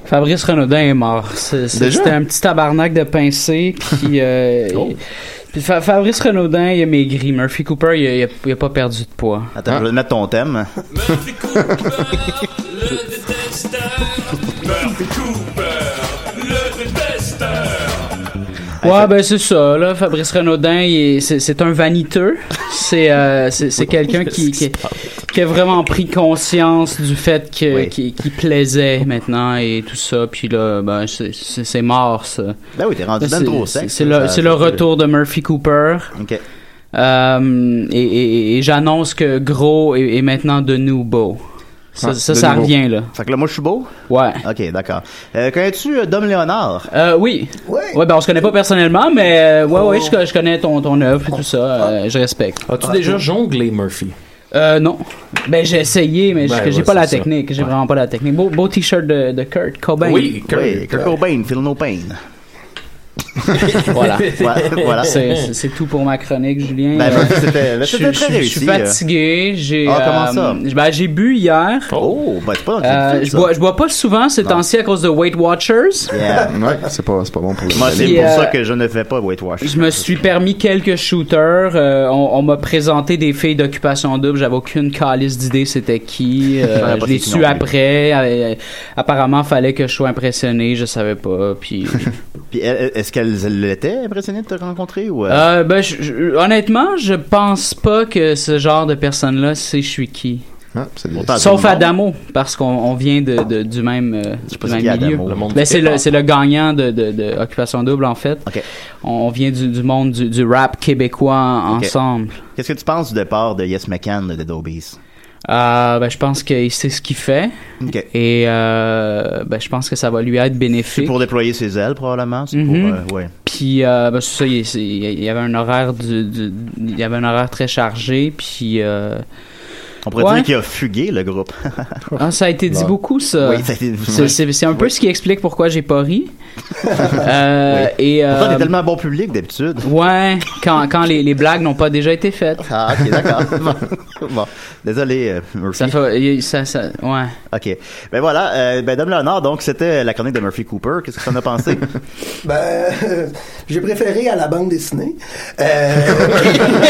Speaker 9: Fabrice Renaudin est mort. C'est- c'est-
Speaker 2: Déjà?
Speaker 9: C'était un petit tabarnak de pincé. Puis, euh,
Speaker 4: Oh.
Speaker 9: puis Fa- Fabrice Renaudin, il a maigri. Murphy Cooper, il a, il a- il a pas perdu de poids.
Speaker 2: Attends, je vais mettre ton thème.
Speaker 7: Le détesteur. Murphy Cooper. Le détesteur.
Speaker 9: Ouais, ben c'est ça, là. Fabrice Renaudin, il est- c'est c'est un vaniteux. C'est euh, c'est- c'est quelqu'un qui, qui, qui a vraiment pris conscience du fait que- qu'il qu'il plaisait maintenant et tout ça. Puis là, ben, c'est- c'est c'est mort, ça.
Speaker 2: Ben oui, t'es rendu
Speaker 9: Là,
Speaker 2: dans le
Speaker 9: c'est-
Speaker 2: gros
Speaker 9: c'est-
Speaker 2: sexe,
Speaker 9: C'est
Speaker 2: ça,
Speaker 9: le,
Speaker 2: ça,
Speaker 9: c'est le
Speaker 2: ça, c'est-
Speaker 9: retour de Murphy Cooper. Euh, et et- et j'annonce que Gros est, est maintenant de nouveau. Ça,
Speaker 2: Ah,
Speaker 9: ça,
Speaker 2: de
Speaker 9: ça
Speaker 2: nouveau.
Speaker 9: revient, là.
Speaker 2: Fait que là, moi, je suis beau?
Speaker 9: Ouais.
Speaker 2: OK, d'accord. Euh, Connais-tu euh, Dom Léonard?
Speaker 9: Euh, oui.
Speaker 5: Ouais.
Speaker 9: ben on se connaît pas personnellement, mais euh, ouais, ouais, je, co- je connais ton, ton œuvre et tout ça. euh, je respecte.
Speaker 3: Oh. Ah. As-tu déjà jonglé, Murphy?
Speaker 9: Euh, non. Ben, j'ai essayé, mais
Speaker 3: Ben,
Speaker 9: j'ai j'ai
Speaker 3: ouais,
Speaker 9: pas la
Speaker 3: c'est ça.
Speaker 9: technique. Ben, J'ai vraiment pas la technique. Beau, beau t-shirt de, de Kurt Cobain.
Speaker 2: Oui, Kurt Cobain, Feel No Pain.
Speaker 9: Voilà.
Speaker 2: Ouais, voilà.
Speaker 9: C'est- C'est c'est tout pour ma chronique, Julien.
Speaker 2: Ben,
Speaker 9: Euh,
Speaker 2: merci, c'était-
Speaker 9: je
Speaker 2: c'était très
Speaker 9: suis- je suis- Je suis
Speaker 2: réussi, euh.
Speaker 9: fatigué. J'ai.
Speaker 2: Ah, comment
Speaker 9: euh, ben, j'ai bu hier.
Speaker 2: Oh, ben, c'est pas dans le
Speaker 9: Euh,
Speaker 2: film,
Speaker 9: je
Speaker 2: ça.
Speaker 9: bois, je bois pas souvent ces temps-ci à cause de Weight Watchers.
Speaker 4: Euh, Ouais, c'est pas, c'est pas bon pour les
Speaker 2: Moi, c'est
Speaker 9: Puis,
Speaker 2: pour
Speaker 9: euh,
Speaker 2: ça que je ne fais pas Weight Watch.
Speaker 9: Je me suis permis quelques shooters. euh, on on m'a présenté des filles d'occupation double. J'avais aucune calice d'idée c'était qui. euh,
Speaker 2: Je savais pas
Speaker 9: je l'ai
Speaker 2: c'est qui non
Speaker 9: su
Speaker 2: plus.
Speaker 9: après. euh, apparemment, fallait que je sois impressionné. Je savais pas. Puis.
Speaker 2: Puis, euh, est-ce qu'elle l'était impressionnée de te rencontrer ou euh,
Speaker 9: Euh, ben, je- je- honnêtement, je pense pas que ce genre de personne-là sait je suis qui.
Speaker 2: Pourtant, tout le
Speaker 9: Sauf
Speaker 2: monde-
Speaker 9: Adamo, parce qu'on on vient de, de- du même, euh,
Speaker 2: pas
Speaker 9: du
Speaker 2: c'est
Speaker 9: même
Speaker 2: qui Adamo.
Speaker 9: milieu.
Speaker 2: Le monde
Speaker 9: Ben,
Speaker 2: du
Speaker 9: c'est le,
Speaker 2: hip-hop.
Speaker 9: c'est le gagnant de, de, de Occupation Double, en fait. On, on vient du, du monde du, du rap québécois en-
Speaker 2: Ok.
Speaker 9: ensemble.
Speaker 2: Qu'est-ce que tu penses du départ de Yes McCann de Dobies?
Speaker 9: Euh, ben, je pense qu'il sait ce qu'il fait. Et euh, ben, je pense que ça va lui être
Speaker 2: C'est
Speaker 9: bénéfique.
Speaker 2: pour déployer ses ailes, probablement. C'est
Speaker 9: Mhm.
Speaker 2: pour, euh, ouais.
Speaker 9: Puis euh, ben, c'est ça, il, c'est- il y avait un horaire du, du- il y avait un horaire très chargé. Puis euh,
Speaker 2: On pourrait
Speaker 9: ouais.
Speaker 2: dire qu'il a fugué, le groupe.
Speaker 9: Ah, ça a été dit
Speaker 2: Bon.
Speaker 9: beaucoup, ça.
Speaker 2: Oui, ça a été-
Speaker 9: C'est- C'est c'est un peu ce qui explique pourquoi j'ai pas ri. Euh, et,
Speaker 2: Pourtant, t'es
Speaker 9: euh,
Speaker 2: tellement bon public, d'habitude.
Speaker 9: Ouais, quand, quand les, les blagues n'ont pas déjà été faites.
Speaker 2: Ah, ok, d'accord. bon, désolé, euh, Murphy.
Speaker 9: Ça fait- y- ça- ça- ouais.
Speaker 2: OK. Ben voilà, euh, ben Dom Leonard, donc c'était la chronique de Murphy Cooper. Qu'est-ce que t'en as pensé?
Speaker 5: Ben, euh, j'ai préféré à la bande dessinée. Euh,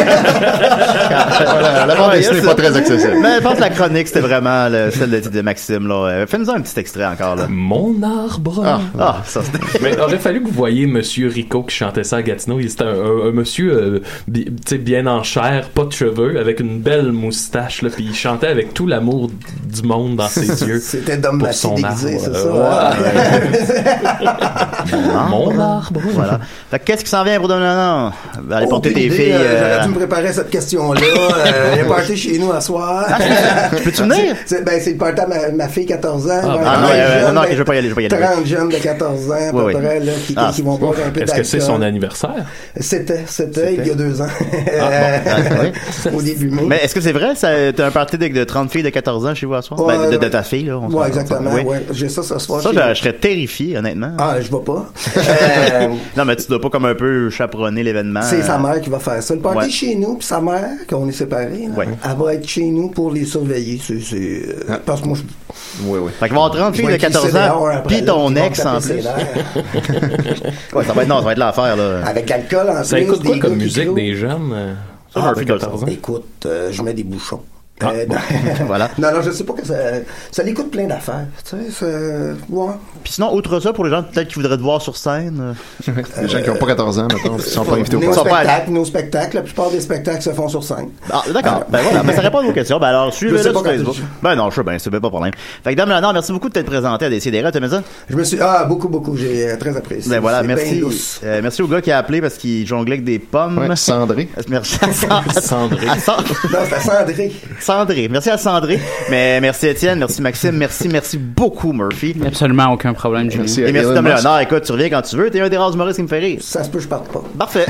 Speaker 2: Voilà,
Speaker 4: la bande
Speaker 2: ouais,
Speaker 4: dessinée
Speaker 2: c'est-
Speaker 4: est pas très accessible.
Speaker 2: Mais je pense que la chronique, c'était vraiment le- celle de, de Maxime. là. Euh, Fais-nous un petit extrait encore. Là.
Speaker 3: Mon arbre.
Speaker 2: Ah, ah, ça c'était...
Speaker 3: Mais aurait fallu que vous voyiez Monsieur Rico qui chantait ça à Gatineau. Il était un, un- un monsieur euh, bi- tu sais, bien en chair, pas de cheveux, avec une belle moustache, là, puis il chantait avec tout l'amour du monde dans ses yeux.
Speaker 5: C'était Dom
Speaker 3: pour
Speaker 5: Massy
Speaker 3: son
Speaker 5: déguisé,
Speaker 3: arbre.
Speaker 5: c'est
Speaker 3: Euh,
Speaker 5: ça?
Speaker 3: ouais. Mon
Speaker 2: arbre. Voilà. Fait que qu'est-ce qui s'en vient pour Dom Leonard? Ben, Allez porter
Speaker 5: Aucune
Speaker 2: tes
Speaker 5: idée,
Speaker 2: filles...
Speaker 5: euh,
Speaker 2: euh,
Speaker 5: J'aurais dû me préparer à cette question-là. Euh, il y a party chez nous à soir.
Speaker 2: Ah, Peux-tu venir?
Speaker 5: C'est- ben, c'est le party à ma, ma fille 14 ans.
Speaker 2: Ah,
Speaker 5: Ouais,
Speaker 2: ah, non,
Speaker 5: ouais,
Speaker 2: euh,
Speaker 5: jeune,
Speaker 2: non, ok,
Speaker 5: ben,
Speaker 2: je veux pas y aller, je veux pas y aller.
Speaker 5: 30 jeunes de 14 ans, à peu
Speaker 2: Oui, oui.
Speaker 5: près, là, qui,
Speaker 2: Ah,
Speaker 5: qui vont boire un peu
Speaker 3: Est-ce que c'est
Speaker 5: d'alcool.
Speaker 3: son anniversaire?
Speaker 5: C'était, c'était il y a deux ans. Au début mai.
Speaker 2: Ah, Mais est-ce que c'est vrai? ça- T'as un party de, de 30 filles de 14 ans chez vous à soir? Ben, de, de ta fille, là. on se-
Speaker 5: Ouais, exactement.
Speaker 2: Oui.
Speaker 5: Ouais. J'ai ça ce soir.
Speaker 2: Ça,
Speaker 5: chez
Speaker 2: je,
Speaker 5: nous.
Speaker 2: je serais terrifié, honnêtement.
Speaker 5: Ah, je vois pas. Euh,
Speaker 2: non, mais tu dois pas comme un peu chaperonner l'événement.
Speaker 5: C'est sa mère qui va faire ça. Le party
Speaker 2: Euh. Ouais.
Speaker 5: chez nous, puis sa mère, qu'on est séparés, là,
Speaker 2: Ouais. Ah.
Speaker 5: elle va être chez nous pour les surveiller. C'est, c'est, euh, Parce que moi, je...
Speaker 4: Oui, oui.
Speaker 2: Fait qu'ils vont avoir 30 filles de 14 ans,
Speaker 5: hein,
Speaker 2: puis ton ex en plus. Ouais, ça va être, non, ça va être l'affaire, là.
Speaker 5: Avec l'alcool en
Speaker 3: Ça
Speaker 5: plus,
Speaker 3: écoute quoi
Speaker 5: des
Speaker 3: comme
Speaker 5: gars qui
Speaker 3: musique
Speaker 5: crient.
Speaker 3: des jeunes? euh,
Speaker 5: Ah,
Speaker 3: Murphy
Speaker 5: ben,
Speaker 3: 14 ans?
Speaker 5: Écoute, euh, je mets des bouchons.
Speaker 3: Ah,
Speaker 5: Euh,
Speaker 3: bon.
Speaker 2: Voilà.
Speaker 5: Non, non, je sais pas que ça. Ça l'écoute plein d'affaires. Tu sais, c'est. Ouais.
Speaker 2: Puis sinon, outre ça, pour les gens peut-être qui voudraient te voir sur scène. euh,
Speaker 4: Les gens qui ont pas 14 ans, maintenant, qui sont pas invités au
Speaker 5: nos,
Speaker 4: party.
Speaker 5: spectacles, nos spectacles, la plupart des spectacles se font sur scène.
Speaker 2: Ah, d'accord. Ben voilà, ben ça répond à vos questions. Ben alors, suivez-le
Speaker 5: Je sais pas
Speaker 2: sur
Speaker 5: quand
Speaker 2: Facebook.
Speaker 5: je-
Speaker 2: Ben non, je sais bien, c'est bien pas de problème. Fait que Dame Léonard, merci beaucoup de t'être présenté à Décideret, t'as aimé ça?
Speaker 5: Je me suis. Ah, beaucoup, beaucoup. J'ai euh, très apprécié.
Speaker 2: Ben voilà,
Speaker 5: C'est bien
Speaker 2: merci.
Speaker 5: lousse.
Speaker 2: Euh, merci au gars qui a appelé parce qu'il jonglait avec des pommes.
Speaker 4: Ouais, cendré.
Speaker 2: Merci à Sandré.
Speaker 3: Cendré.
Speaker 2: À Sandré.
Speaker 5: Non, c'est à Sandré.
Speaker 2: Cendré. Merci à Cendré. Mais merci Étienne, merci Maxime, merci, merci beaucoup Murphy.
Speaker 9: Absolument aucun problème, Julien.
Speaker 2: Et merci Tom Léonard. Écoute, tu reviens quand tu veux. T'es un des rares humoristes qui me fait rire.
Speaker 5: Ça se peut, je parte pas.
Speaker 2: Parfait.